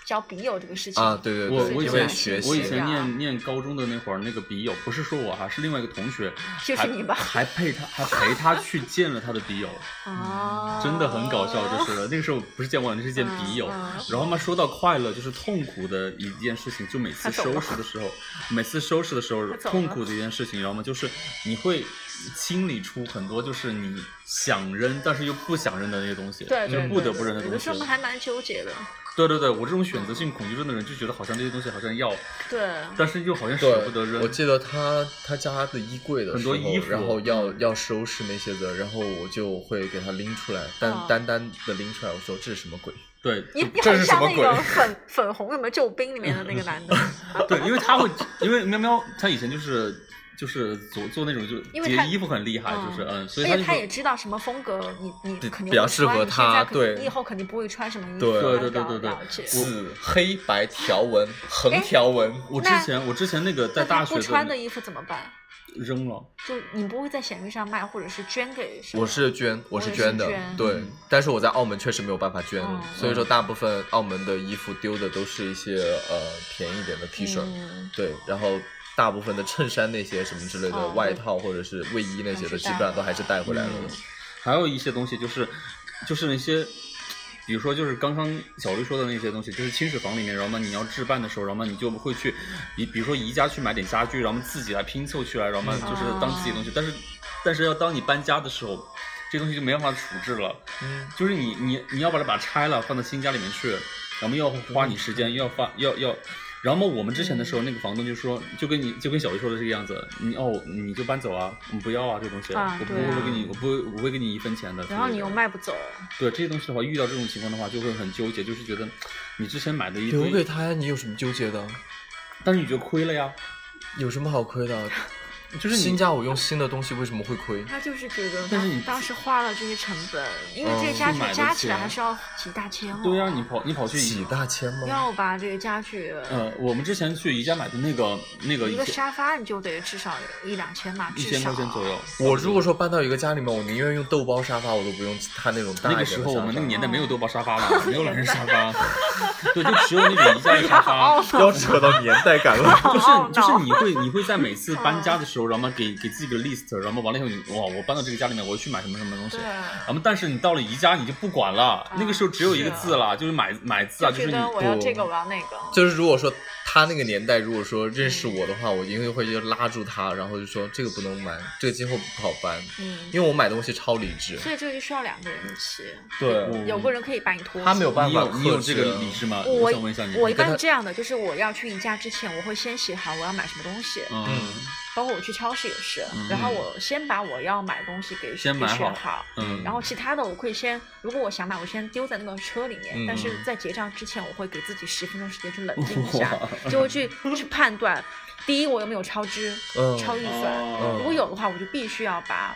S2: 交笔友这个事情
S1: 啊，对对对，
S5: 我
S2: 所以
S5: 我以
S1: 因
S2: 就
S1: 为
S2: 是
S5: 前
S1: 学
S5: 我以
S1: 习
S5: 前
S2: 啊
S5: 念念高中的那会儿，那个笔友不是说我哈，是另外一个同学，
S2: 就是
S5: 还
S2: 你吧
S5: 还陪他还陪他去见了他的 笔友，
S2: 啊，
S5: 真的很搞笑，就是那个时候不是见网友，是见笔友。
S2: 嗯嗯
S5: 然后嘛，说到快乐，就是痛苦的一件事情，就每次
S2: 他走了
S5: 收拾的时候，每次收拾的时候
S2: 他走了
S5: 痛苦的一件事情，然后嘛，就是你会清理出很多就是你想扔但是又不想扔的那些东西，
S2: 对
S5: 就
S2: 对对，
S5: 不得不扔的
S2: 对
S5: 东
S2: 有时
S5: 西
S2: 候我。们还蛮纠结的，
S5: 对对对，我这种选择性恐惧症的人就觉得好像这些东西好像要，
S2: 对。
S5: 但是又好像舍不得
S1: 对，
S5: 扔。
S1: 我记得他他家的衣柜的
S5: 很
S1: 时
S5: 多
S1: 候
S5: 衣服嗯
S1: 然后要要收拾那些的，然后我就会给他拎出来，但
S2: 啊
S1: 单单的拎出来，我说这是什么鬼？
S5: 对，
S2: 你
S5: 就
S2: 你
S1: 这
S2: 好
S1: 是什
S2: 像
S1: 么
S2: 那
S1: 鬼
S2: 个粉粉红有没有救兵里面的那个男的，
S5: 对，因为他会，因为喵喵他以前就是就是做做那种就
S2: 因为
S5: 叠
S2: 他
S5: 衣服很厉害，
S2: 嗯
S5: 就是嗯， 所
S2: 而
S5: 以他
S2: 且
S5: 就
S2: 他也
S5: 会
S2: 知道什么风格，你你
S1: 比
S2: 肯定
S1: 比较
S2: 会
S1: 适
S2: 穿
S1: 合
S2: 你现
S1: 他
S2: 在肯定
S1: 对
S2: 你以后肯定不会穿什么衣服，
S1: 对
S5: 对
S2: 他
S5: 对对
S2: 比较
S5: 对对
S2: 了解
S1: 是黑白条纹，
S2: 哎
S1: 横条纹。
S5: 我之
S2: 那
S5: 前我之前那个在
S2: 那他
S5: 大学
S2: 不穿的
S5: 那
S2: 衣服怎么办？
S5: 扔了，
S2: 就你不会在闲鱼上卖，或者是捐给谁？
S1: 我是捐，我
S2: 也是
S1: 捐的，
S2: 捐
S1: 对。但是我在澳门确实没有办法捐，
S2: 嗯
S1: 所以说大部分澳门的衣服丢的都是一些呃便宜一点的 T 恤，
S2: 嗯
S1: 对，然后大部分的衬衫那些什么之类的、
S2: 哦
S1: 外套或者是卫衣那些的，
S2: 还是嗯
S1: 基本上都还是带回来了的。
S5: 还有一些东西就是就是那些。比如说，就是刚刚小绿说的那些东西，就是亲水房里面，然后嘛，你要置办的时候，然后嘛，你就会去，比比如说宜家去买点家具，然后嘛自己来拼凑起来，然后嘛就是当自己的东西。但是，但是要当你搬家的时候，这东西就没办法处置了，
S1: 嗯，
S5: 就是你你你要把它把它拆了，放到新家里面去，然后要花你时间，要花要要。然后我们之前的时候，那个房东就说，就跟你就跟小鱼说的这个样子，你哦你就搬走啊，我们不要啊这个东西，
S2: 啊
S5: 我不
S2: 对啊
S5: 会给嗯你，我不会我不会给你一分钱的。
S2: 然后你又卖不走，
S5: 对这些东西的话，遇到这种情况的话，就会很纠结，就是觉得你之前买的一
S1: 留给
S5: 堆，
S1: 他，你有什么纠结的？
S5: 但是你觉得亏了呀，
S1: 有什么好亏的？
S5: 就是
S1: 新
S5: 你
S1: 家我用新的东西，为什么会亏？
S2: 他就是觉得
S5: 但
S2: 当
S5: 是你哦
S2: 当时花了这些成本，因为这
S1: 嗯
S2: 些家具
S5: 买得
S2: 加
S5: 起
S2: 起来
S5: 来
S2: 还是要几大千哦。
S5: 对呀、你跑你跑去
S1: 几
S5: 宜，
S1: 大千吗？
S2: 要把这个家具，
S5: 呃，我们之前去宜家买的那个那个
S2: 一
S5: 一
S2: 个
S5: 千
S2: 沙发你就得至少一两千吧，
S5: 一
S2: 至
S5: 千
S2: 少
S5: 块钱 左右。
S1: 我如果说搬到一个家里面，我宁愿用豆包沙发，我都不用它那种大
S5: 那
S1: 一
S5: 个
S1: 点的沙发。
S5: 时候我们那个年代没有豆包沙 发嘛，没有懒人沙发， 对，就只有那种宜家的沙 发。
S1: 要扯到年代感了。
S5: 就是
S2: 好懊恼嗯
S5: 就是你会你会在每次搬家的时候，然后给给自己个 list，然后完了以后你哇，我搬到这个家里面，我要去买什么什么东西
S2: 对。，
S5: 然后啊但是你到了宜家，你就不管了，那个时候只有一个
S2: 是啊
S5: 字了，就是买买字啊，
S2: 就
S5: 就是
S2: 觉
S5: 你
S2: 得我要这
S5: 不
S2: 个，我要那个。
S1: 就是如果说他那个年代，如果说认识我的话，我一定会就拉住他，然后就说这个不能买，这个今后不好搬，
S2: 嗯，
S1: 因为我买东西超理智。
S2: 所以这个就需要两个人一起，
S1: 对，
S5: 我
S2: 有个人可以把你拖起。
S1: 他没有办
S5: 你
S1: 法
S5: 嗯有
S1: 克制。
S5: 你有这个理智吗？
S2: 我
S5: 想问一下你，
S2: 我一
S1: 跟
S2: 般
S1: 他
S2: 这样的，就是我要去宜家之前，我会先写好我要买什么东西，
S5: 嗯
S2: 包括我去超市也是，
S5: 嗯
S2: 然后我先把我要买的东西给
S5: 先买
S2: 给选
S5: 好
S2: 好，
S5: 嗯，
S2: 然后其他的我可以先，如果我想买，我先丢在那个车里面。
S1: 嗯
S2: 但是在结账之前，我会给自己十分钟时间去冷静一下，就会去去判断，第一我有没有超支、
S1: 嗯
S2: 超预算，
S1: 嗯
S5: 哦
S2: 如果有的话，我就必须要把，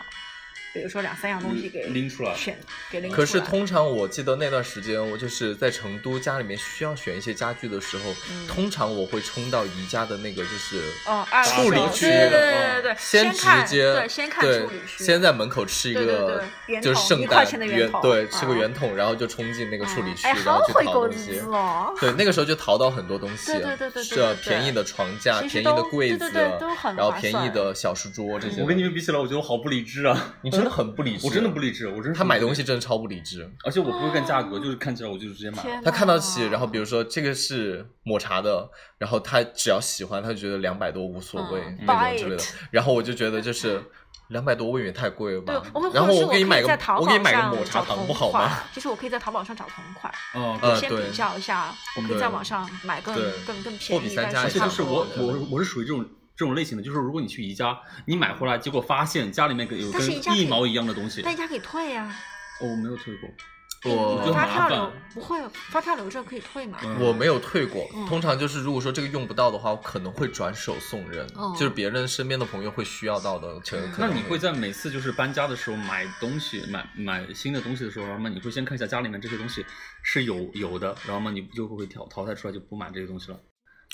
S2: 比如说两三样东西给
S5: 拎出来
S2: 选给拎出来。
S1: 可是通常我记得那段时间，我就是在成都家里面需要选一些家具的时候，通常我会冲到宜家的那个就是
S2: 嗯哦，二手
S1: 处理
S2: 对
S1: 区嗯
S2: 对对对对，
S1: 先直
S2: 看
S1: 接
S2: 对，先看
S1: 对
S2: 处理区，
S1: 先在门口吃一
S2: 对对
S1: 个
S2: 对圆
S1: 就是
S2: 筒
S1: 圣
S2: 一
S1: 诞
S2: 块钱的圆
S1: 圆
S2: 筒
S1: 对吃个
S2: 嗯
S1: 圆筒，然后就冲进那个处理区，
S2: 哎，
S1: 然
S2: 好
S1: 后去
S2: 会
S1: 淘
S2: 过
S1: 东
S2: 日
S1: 西
S2: 子。哦。
S1: 对，那个时候就淘到很多东西，
S2: 对对对对对
S1: 是啊
S2: 对对
S1: 便宜的床架、
S2: 其实
S1: 便宜
S2: 都
S1: 的柜子
S2: 对对对都很，
S1: 然后
S2: 划
S1: 便宜
S2: 算
S1: 的小书桌这些的。
S5: 我跟你们比起来，我觉得我好不理智啊！
S1: 你真的很 不理智，
S5: 我真的不理智，我真是
S1: 他买东西
S5: 不理
S1: 真的超不理
S2: 啊
S1: 智，
S5: 智，而且我不会看价格，就是看起来我就直接买了。
S2: 天
S1: 他看到起，
S2: 哪
S1: 然后比如说这个是抹茶的，然后他只要喜欢，他就觉得两百多无所谓、
S2: 嗯
S1: 那
S2: buy
S1: 种之类的
S2: it。
S1: 然后我就觉得就是两百多未免太贵了吧
S2: 对，我会，
S1: 然后
S2: 或者是
S1: 给你
S2: 可
S1: 买
S2: 以
S1: 个
S2: 在淘
S1: 我给你
S2: 宝
S1: 买个
S2: 上
S1: 抹茶
S2: 找
S1: 糖
S2: 同
S1: 不好
S2: 款
S1: 吗？？
S2: 就是我可以在淘宝上找同款，
S5: 嗯，
S1: 呃，
S2: 先
S1: 对
S2: 比，较一下，我可以在网上买更
S1: 对
S2: 更更
S1: 货
S2: 便
S1: 比
S2: 宜，
S1: 三
S2: 但
S1: 家
S5: 而
S1: 一
S5: 且
S1: 下
S5: 就是我
S1: 差不多
S5: 我我是属于这种这种类型的，就是如果你去宜家，你买回来结果发现家里面有
S2: 但
S5: 跟
S2: 是宜家可以
S5: 一毛一样的东西，
S2: 但家可以退呀，
S5: 哦，我没有退过，
S1: 我
S5: 就
S2: 发
S5: 麻
S2: 票
S5: 烦
S2: 留不会发票留着可以退嘛？
S5: 嗯
S1: 我没有退过，通常就是如果说这个用不到的话，我可能会转手送人，
S2: 嗯
S1: 就是别人身边的朋友会需要到的，可能
S5: 那你会在每次就是搬家的时候买东西，买买新的东西的时候，然后嘛，你会先看一下家里面这些东西是有有的，然后嘛，你就会会淘淘汰出来就不买这些东西了。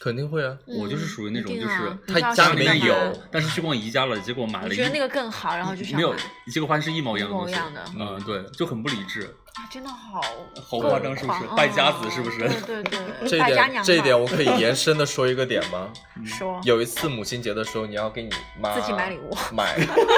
S1: 肯定会啊，
S5: 我就是属于那种
S2: 嗯一定
S5: 就是
S2: 啊
S1: 他家里面
S2: 你知道是
S1: 有
S2: 干嘛
S5: 但是去逛宜家了，结果买了
S2: 你
S5: 一
S2: 觉得那个更好，然后就想
S5: 没有
S2: 买，啊
S5: 结果发现是一毛一样的东西。
S2: 一模一样的
S5: 嗯，对，就很不理智。
S2: 啊真的好
S5: 好夸张是不是
S2: 疯狂嗯
S5: 败家子是不是
S2: 对对 对，
S1: 这一
S2: 败家
S1: 点
S2: 娘
S1: 这一点
S2: 们
S1: 我可以延伸的说一个点 吗？
S2: 说
S1: 有一次母亲节的时候，你要给你妈
S2: 自己买礼物，
S1: 买，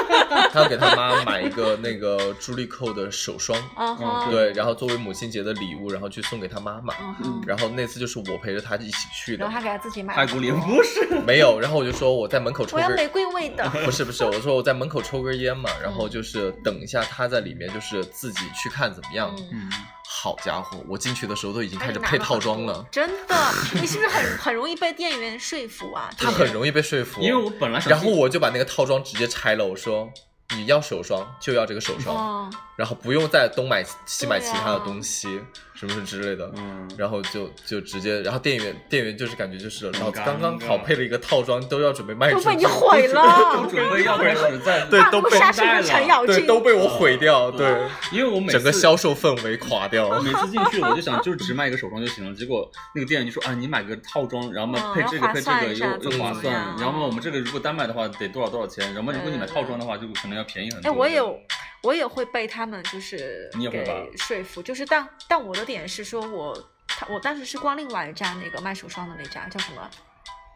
S1: 他要给他妈买一个那个朱莉蔻的手霜，
S2: 啊
S5: 嗯
S2: 哈，
S1: 对，然后作为母亲节的礼物，然后去送给他妈妈。
S2: 嗯哼，
S1: 然后那次就是我陪着他一起去
S2: 然
S1: 的
S2: 后，他给他自己买
S5: 太
S2: 了，
S5: 古里不是，
S1: 没有，然后我就说我在门口抽
S2: 我要
S1: 根
S2: 玫瑰味的，
S1: 不是不是，我说我在门口抽根烟嘛，然
S2: 嗯
S1: 后就是等一下他在里面，就是自己去看怎么样。
S2: 嗯。
S1: 好家伙，我进去的时候都已经开
S2: 哎
S1: 始
S2: 你拿
S1: 配
S2: 了
S1: 套
S2: 很
S1: 装
S2: 多
S1: 了，
S2: 真的，你是不是很很容易被店员说 服啊？
S1: 他很容易被说服。
S5: 因为我本来想
S1: 然后
S5: 去
S1: 我就把那个套装直接拆了，我说你要手霜就要这个手霜，
S2: 哦，
S1: 然后不用再东买西买其他的
S2: 对啊
S1: 东西，什么什么之类的。
S5: 嗯，
S1: 然后就就直接，然后店员店员就是感觉就是
S5: 很
S1: 老子
S5: 尴
S1: 刚刚
S5: 尬
S1: 好配了一个套装，都要准备卖出
S2: 嗯都被
S1: 去
S2: 你，毁
S5: 都
S2: 了，
S5: 准备要开始 在
S1: 对
S2: 大
S1: 都
S2: 陆
S1: 被
S2: 杀手跟程咬
S1: 对，
S2: 金，
S1: 都被我毁掉，对，
S5: 因哦为我每次
S1: 整个销售氛围垮掉。
S5: 每次进去我就想，就是只买一个手霜就行了。结果那个店员就说啊，你买个套装，然后嘛
S2: 嗯
S5: 配这个
S2: 划
S5: 配这
S2: 算
S5: 个
S2: 一下
S5: 又
S2: 怎
S5: 又
S2: 么
S5: 划
S2: 怎么
S5: 算。
S2: 样啊
S5: 然后嘛我们这个如果单买的话得多少多少钱？然后嘛如果你买
S2: 对
S5: 套装的话，就可能要便宜很多。
S2: 哎，我也有，我也会被他们就是
S5: 你也会吧
S2: 给说服，就是但但我的点是说我，他我当时是逛另外一家那个卖手霜的那家叫什么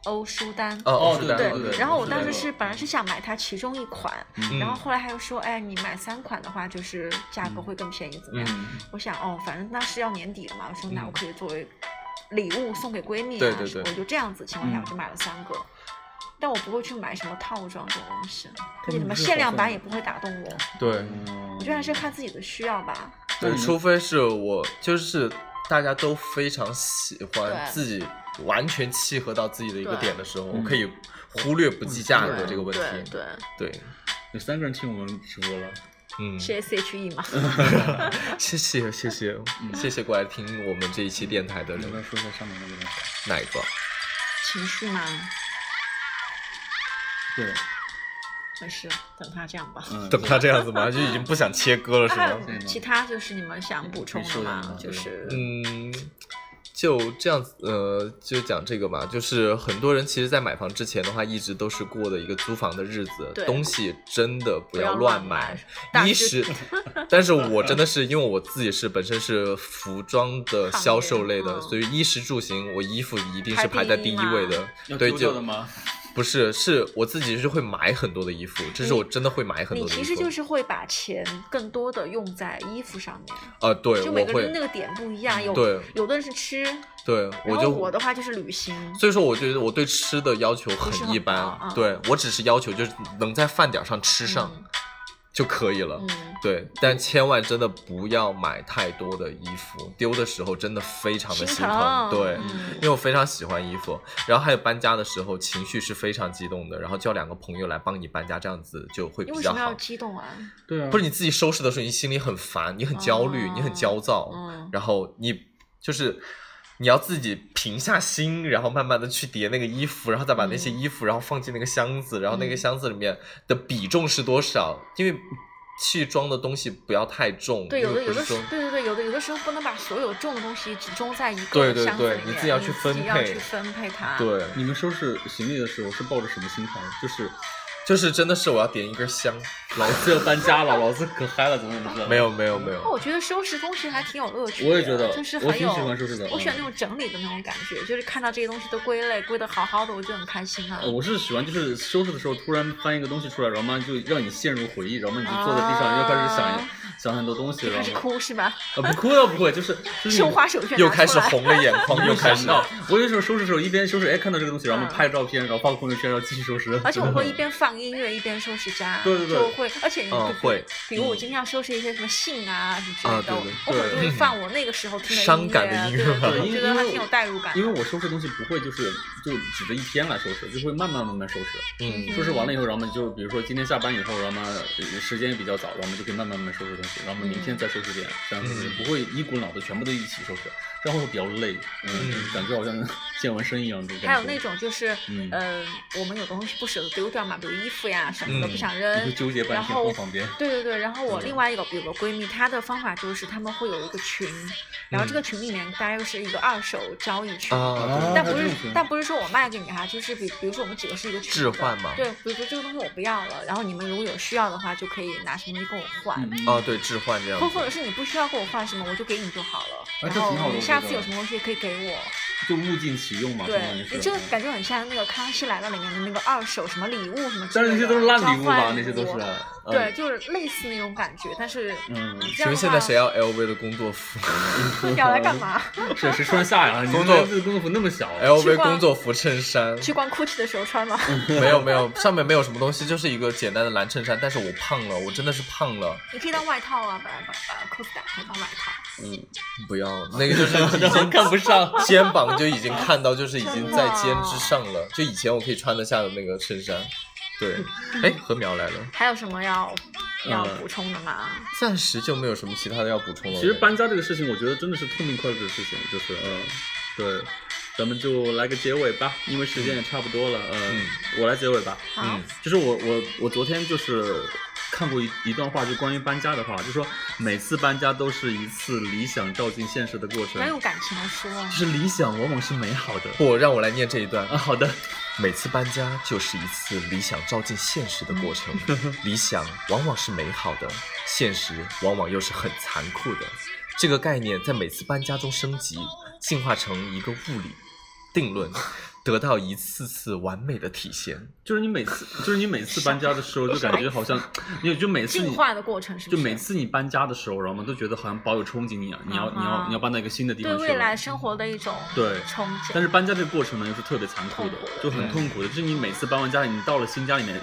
S2: 欧舒丹。
S1: 哦
S5: 哦
S1: 是
S5: 对
S1: 的，
S5: 对
S1: 哦
S5: 对
S2: 然后我当
S5: 欧
S2: 时
S5: 舒丹
S2: 是本来是想买它其中一款，
S1: 嗯
S2: 然后后来他又说，哎，你买三款的话，就是价格会更便宜，怎么样？
S1: 嗯，
S2: 我想，哦，反正那是要年底了嘛，我说那我可以作为礼物送给闺蜜啊，
S1: 对对对
S2: 我就这样子情况下
S5: 嗯
S2: 我就买了三个，但我不会去买什么套装这种东西，而且
S5: 们
S2: 什么
S5: 不是
S2: 限量
S5: 好
S2: 版
S5: 像
S2: 也不会打动我，
S1: 对
S5: 嗯
S2: 我觉得还是看自己的需要吧。
S1: 对，
S5: 嗯
S1: 除非是我就是大家都非常喜欢
S2: 对
S1: 自己完全契合到自己的一个
S2: 对
S1: 点的时候，我
S5: 嗯
S1: 可以忽略不计价格
S2: 对
S1: 这个问题。
S2: 嗯对对，
S1: 对，
S5: 有三个人听我们直播了，
S1: 嗯，
S2: 是 S H E 嘛？
S1: 谢谢谢谢
S2: 嗯
S1: 谢谢过来听我们这一期电台的
S5: 要不要
S1: 人，
S5: 说一下上面那个东西？
S1: 哪一个？
S2: 情绪吗？
S5: 对，
S2: 没事，等他这样吧。
S5: 嗯，
S1: 等他这样子吗？就已经不想切割了
S2: 那
S1: 是
S2: 还
S1: 吗？
S2: 有其他就是你们想补充的吗？
S5: 对
S2: 就是
S1: 嗯，就这样子，呃，就讲这个嘛，就是很多人其实，在买房之前的话，一直都是过的一个租房的日子
S2: 对，
S1: 东西真的不
S2: 不要
S1: 乱
S2: 乱买但
S1: 买。一
S2: 是
S1: 是，但是我真的是因为我自己是本身是服装的
S2: 行业
S1: 销售类的，
S2: 嗯
S1: 所以衣食住行，我衣服一定
S2: 排
S1: 是排在
S2: 第
S1: 第
S2: 一
S1: 一
S2: 嘛
S1: 位的。
S5: 要
S1: 对，
S5: 丢掉
S1: 就
S5: 的吗？
S1: 不是，是我自己是会买很多的衣服，这是
S2: 你
S1: 我真的会买很
S2: 你
S1: 多的衣服。
S2: 其实就是会把钱更多的用在衣服上面，
S1: 呃，对，
S2: 就
S1: 我
S2: 每个
S1: 会
S2: 人，那个点不一样，有
S1: 对
S2: 有的人是吃，
S1: 对，
S2: 然
S1: 我
S2: 后
S1: 就
S2: 我的话就是旅行。
S1: 所以说，我觉得我对吃的要求
S2: 不是
S1: 很
S2: 很
S1: 一般
S2: 高，嗯
S1: 对我只是要求就是能在饭点上吃上
S2: 嗯
S1: 就可以了。
S2: 嗯，
S1: 对，但千万真的不要买太多的衣服，丢的时候真的非常的心
S2: 心疼
S1: 疼。对，
S2: 嗯
S1: 因为我非常喜欢衣服，然后还有搬家的时候情绪是非常激动的，然后叫两个朋友来帮你搬家，这样子就会
S2: 你
S1: 比
S2: 为什
S1: 较
S2: 么要
S1: 好。
S2: 激动啊？
S5: 对啊，
S1: 不是你自己收拾的时候，你心里很烦，你很焦虑，你很焦躁，
S2: 哦嗯
S1: 然后你就是你要自己平下心，然后慢慢的去叠那个衣服，然后再把那些
S2: 嗯
S1: 衣服，然后放进那个箱子，然后那个箱子里面的比重是多少？因为去装的东西不要太重，
S2: 对，
S1: 因
S2: 有
S1: 为
S2: 的有
S1: 不是
S2: 的时
S1: 说
S2: 候，对对对，有的有的时候不能把所有重的东西集中在一
S1: 对
S2: 个
S1: 对
S2: 箱子
S1: 对
S2: 里面，
S1: 你自己要去分
S2: 你自己要
S1: 配
S2: 去分配它。，
S1: 对，
S5: 啊你们收拾行李的时候是抱着什么心态？就是
S1: 就是真的是我要点一根香，
S5: 老子要搬家了，老子可嗨了，怎么怎么着？
S1: 没有没有没
S2: 那
S1: 有，
S2: 我觉得收拾东西还挺有乐趣的，
S5: 我也觉得
S2: 就是
S5: 我
S2: 很
S5: 挺
S2: 有，
S5: 喜欢收拾的
S2: 我喜欢
S5: 嗯
S2: 那种整理的那种感觉，就是看到这些东西都归类归的好好的，我就很开心啊
S5: 呃。
S1: 哦
S5: 我是喜欢，就是收拾的时候突然翻一个东西出来，然后嘛就让你陷入回忆，然后嘛你就坐在地上，
S2: 啊
S5: 又开始想想很多东西，
S2: 就开
S5: 然
S2: 始
S5: 后
S2: 哭是吧？
S5: 啊不哭倒不会，就是就是
S2: 绣
S5: 你
S2: 花手绢拿
S1: 嗯又开始
S2: 出来
S1: 红了眼 眶，又开
S5: 开
S1: 始
S5: 始。我有时候收拾的时候一边收拾，哎，看到这个东西，然后
S2: 嗯
S5: 拍照片，然后发个朋友圈，然后继续收拾。
S2: 而且我 会一边放音乐一边收拾家，
S5: 对对对
S2: 就会，而且你
S1: 嗯
S2: 就
S1: 会，
S2: 比如我今天要收拾一些什么信啊什么之类的，
S1: 啊对对
S2: 我可能就会
S1: 对
S2: 放我那个时候听的
S1: 伤感的音乐
S2: 乐，啊对对，
S5: 对因
S2: 我觉
S5: 为
S2: 得
S5: 因
S2: 还
S5: 为
S2: 挺有代入感的。
S5: 因为我收拾东西不会就是就指着一天来收拾，就会慢慢慢慢收拾。
S1: 嗯
S5: 收拾完了以后，然后嘛就比如说今天下班以后，然后嘛呃时间也比较早，然后嘛就可以慢慢慢慢收拾东西，然后嘛明
S2: 嗯
S5: 天再收拾点，这样子
S1: 嗯
S5: 不会一股脑的全部都一起收拾，这样会比较累，嗯，就是感觉好像 健完身一样的感觉。
S2: 还有那种就是，
S5: 嗯
S2: 呃，我们有东西不舍得丢掉嘛，比如衣服呀什么的，
S1: 嗯
S2: 不想
S5: 你
S2: 扔
S5: 会，纠结半
S2: 然
S5: 天
S2: 后
S5: 放旁边。
S2: 对对对，然后我另外一个有个闺蜜，她的方法就是她们会有一个群，然后这个群里面大家又是一个二手交易群，
S1: 嗯啊，
S2: 但不
S5: 还有
S2: 是
S5: 这种群
S2: 但不是说我卖给你哈，就是比比如说我们几个是一个群
S1: 置
S2: 的
S1: 换嘛
S2: 对，比如说这个东西我不要了，然后你们如果有需要的话，就可以拿什么东西跟我换。
S5: 嗯
S1: 啊，对，置换这样
S2: 或
S1: 子
S2: 或，者是你不需要跟我换什么，我就给你就好了。
S5: 哎
S2: 然
S5: 这挺好
S2: 后
S5: 的
S2: 你
S5: 我
S2: 下
S5: 觉
S2: 次
S5: 得啊
S2: 有什么东西可以给我。
S5: 就物尽其用嘛，相当
S2: 对，
S5: 于是。嗯
S2: 你这个感觉很像那个《康熙来了》里面的那个二手什么礼物什么之
S5: 但
S2: 类
S5: 是
S2: 的。
S5: 那些都是烂
S2: 交
S5: 礼物
S2: 换
S5: 吧，那些都是。嗯
S2: 对，就是类似那种感觉，但是
S5: 嗯
S2: 你这
S1: 请
S2: 样
S1: 问
S2: 的
S1: 现
S2: 话
S1: 在谁要 LV 的工作 服
S2: 要来干 嘛？
S5: 谁谁穿下呀？你
S1: 工
S5: 们
S1: 作
S5: 这个工作服哎那么小，
S1: ？LV
S2: 逛
S1: 工作服衬衫，
S2: 去逛 GUCCI 的时候穿吗？
S5: 嗯
S1: 没有没有，上面没有什么东西，就是一个简单的蓝衬衫。但是我胖了，我真的是胖了，
S2: 你可以当外套啊，把把把裤子打开当外套。
S5: 嗯
S1: 不要那个就是已
S5: 然后
S1: 经
S5: 看不上。
S1: 肩膀就已经看到，就是已经在肩
S2: 真的啊
S1: 之上了。就以前我可以穿得下的那个衬衫，对。哎，禾苗来了，
S2: 还有什么要要
S5: 呃
S2: 补充的吗？
S1: 暂时就没有什么其他的要补充了。
S5: 其实搬家这个事情，我觉得真的是痛并快乐的事情，就是嗯，对，咱们就来个结尾吧，因为时间也差不多了，嗯
S1: 嗯，
S5: 我来结尾吧，
S2: 好，
S1: 嗯
S5: 就是我我我昨天就是看过一一段话，就关于搬家的话，就说每次搬家都是一次理想照进现实的过
S2: 不
S5: 程
S2: 要，用感情啊来说。
S5: 就是理想往往是美好的
S1: 不，让我来念这一段
S5: 啊，。好的，
S1: 每次搬家就是一次理想照进现实的过程，理想往往是美好的，现实往往又是很残酷的。这个概念在每次搬家中升级，进化成一个物理定 论，得到一次次完美的体现。
S5: 就是你每次就是你每次搬家的时候，就感觉 好像，你就每次
S2: 进
S5: 你
S2: 化的过程是不？
S5: 就是每次你搬家的时候，然后嘛都觉得好像保有憧憬一样，你要你
S2: 啊哈
S5: 要你要搬到一个新的地
S2: 对
S5: 方去
S2: 未来
S5: 了。
S2: 生活的一种
S5: 对
S2: 憧憬。
S5: 但是搬家这个过程呢，又是特别残酷的
S2: 痛苦，
S5: 就很痛苦的。就是你每次搬完家，你到了新家里面，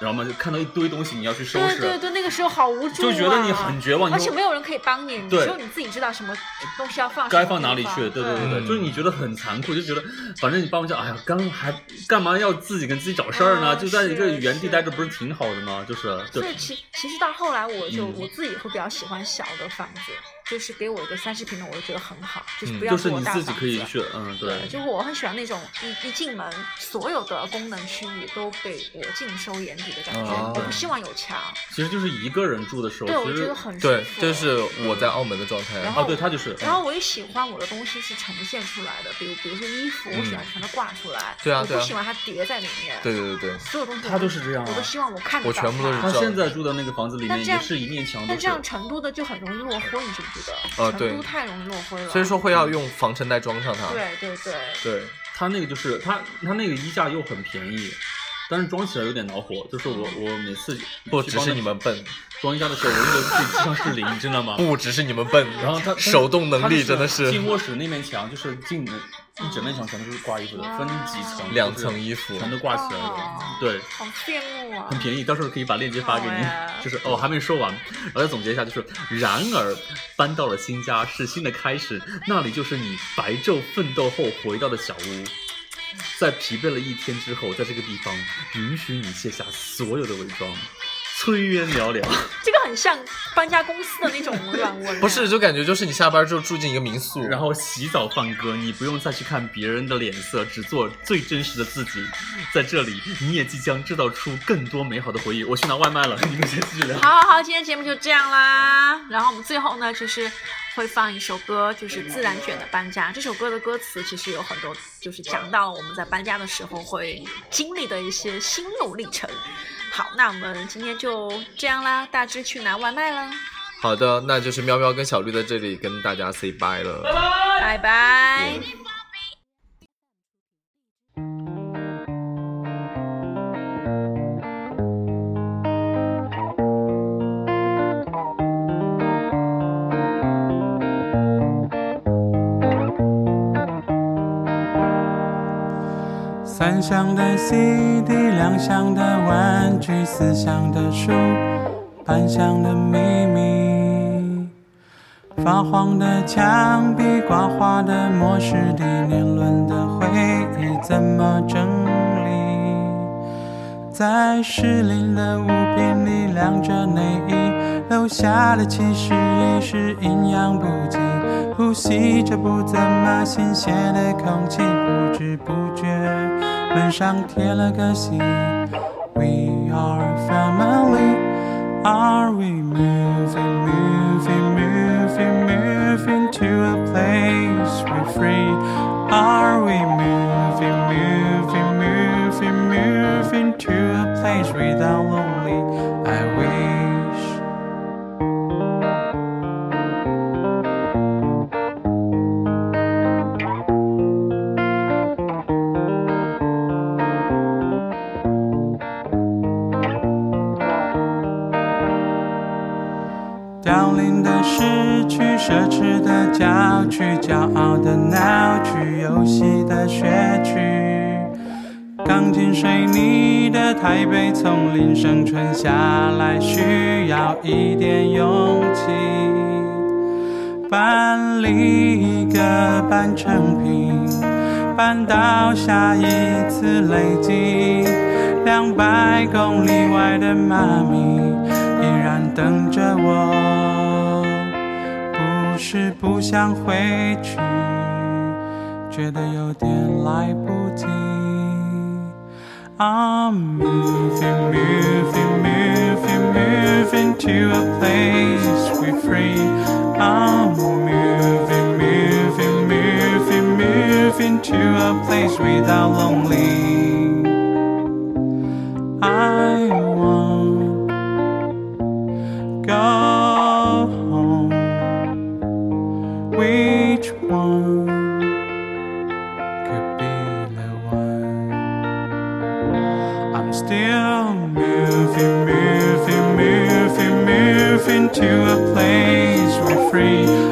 S5: 然后嘛就看到一堆东西，你要去收
S2: 对
S5: 拾。
S2: 对对，那个时候好无助、啊，
S5: 就觉得你很绝望你
S2: 而
S5: 就
S2: 且没有人可以帮你，你
S5: 对
S2: 只有你自己知道什么东西要放，
S5: 该
S2: 什么
S5: 放哪里
S2: 地方
S5: 去？对对对对，
S1: 嗯
S5: 就是你觉得很残酷，就觉得反正你搬完家，哎呀，干还干嘛要自己跟自己找事儿呢？
S2: 啊
S5: 就在一个
S2: 是
S5: 原地
S2: 是
S5: 待着，不是挺好的吗？就是对
S2: 所以其其实到后来，我就、
S5: 嗯
S2: 我自己会比较喜欢小的房子，就是给我一个三视平等，我就觉得很好，就是
S1: 嗯
S2: 不要
S5: 就是
S2: 给我
S5: 你
S2: 大
S5: 自己
S2: 房
S5: 可以
S2: 子
S5: 去，嗯，对
S2: 对，，就是我很喜欢那种一一进门，所有的功能区域都被我尽收眼底的感觉。
S1: 哦
S2: 我不希望有墙，
S5: 其实就是一个人住的时候，
S2: 对我
S5: 其
S2: 觉
S5: 实
S2: 得很舒
S1: 对，
S2: 服。
S1: 这是我在澳门的状态。哦
S2: 然
S5: 啊，
S2: 后
S5: 对他就是，
S2: 然后我也喜欢我的东西是呈现出来的，比如比如说衣服，我喜欢全都挂出来，
S1: 嗯对啊
S2: 我
S1: 对
S2: 不
S1: 啊
S2: 喜欢它叠在里面。
S1: 对对对对，
S2: 所有东西我
S5: 他就是这样啊
S2: 我都希望我看得
S1: 我
S2: 到
S1: 全部都是
S5: 他
S2: 它
S1: 这
S5: 现在住的那个房子里
S2: 那
S5: 面
S2: 这
S5: 也
S2: 样
S5: 是一面墙都
S2: 但这
S5: 是，
S2: 样成都的就很容易落灰，你觉不觉得？
S1: 呃对
S2: 成都太容易落灰了。
S1: 所以说，会要用防尘袋装上它。
S2: 对对对，
S1: 对
S5: 他那个就是他他那个衣架又很便宜，但是装起来有点恼火，就是我我每次
S1: 不
S5: 去
S1: 只
S5: 帮
S1: 是
S5: 他
S1: 你们笨，
S5: 装衣架的时候，我就觉得自己像是零，真的吗？
S1: 不只是你们笨，
S5: 然后他
S1: 手动能力真的
S5: 是
S1: 是
S5: 进卧室那面墙，就是进门一整面墙全都是挂衣服的，分几层，
S1: 两层衣服。
S5: 全都挂起来了
S2: 哦，
S5: 对。
S2: 好羡慕啊
S5: 很！
S1: 嗯
S5: 便宜，到时候可以把链接发给
S2: 好呀
S5: 你。就是哦，还没说完，然后再总结一下，就是然而搬到了新家是新的开始，那里就是你白昼奋斗后回到的小屋。在疲惫了一天之后，在这个地方允许你卸下所有的伪装。炊烟袅袅，
S2: 这个很像搬家公司的那种软文，
S1: 不是，就感觉就是你下班之后住进一个民宿，
S5: 然后洗澡放歌，你不用再去看别人的脸色，只做最真实的自己。在这里，你也即将制造出更多美好的回忆。我去拿外卖了，你们先继续聊。
S2: 好好好，今天节目就这样啦。然后我们最后呢，就是会放一首歌，就是自然卷的《搬家》。这首歌的歌词其实有很多，就是讲到了我们在搬家的时候会经历的一些心路历程。好，那我们今天就这样啦，大致去拿外卖了，
S1: 好的，那就是喵喵跟小绿在这里跟大家 say bye 了。
S2: 拜拜。
S4: 三箱的 CD，两箱的玩具，四箱的书，半箱的秘密。发黄的墙壁，刮花的墨湿地，年轮的回忆怎么整理？在失灵的物品里晾着内衣，留下的其实已是营养不济，呼吸着不怎么新鲜的空气，不知不觉门上贴了个信，We are family。Are we moving, moving, moving, moving to a place we're free? Are we moving, moving, moving, moving to a place without lonely? I wish.凋零的失去，奢侈的郊区，骄傲的闹区，游戏的学区。钢筋水泥的台北，丛林生存下来需要一点勇气。搬离一个半成品，搬到下一次累积。两百公里外的妈咪依然等着我，不是不想回去，觉得有点来不及。I'm moving, moving, moving, moving to a place we're free. I'm moving, moving, moving, moving to a place without lonely. I won't go home. Which one could be the one? I'm still moving, moving, moving, moving to a place we're free.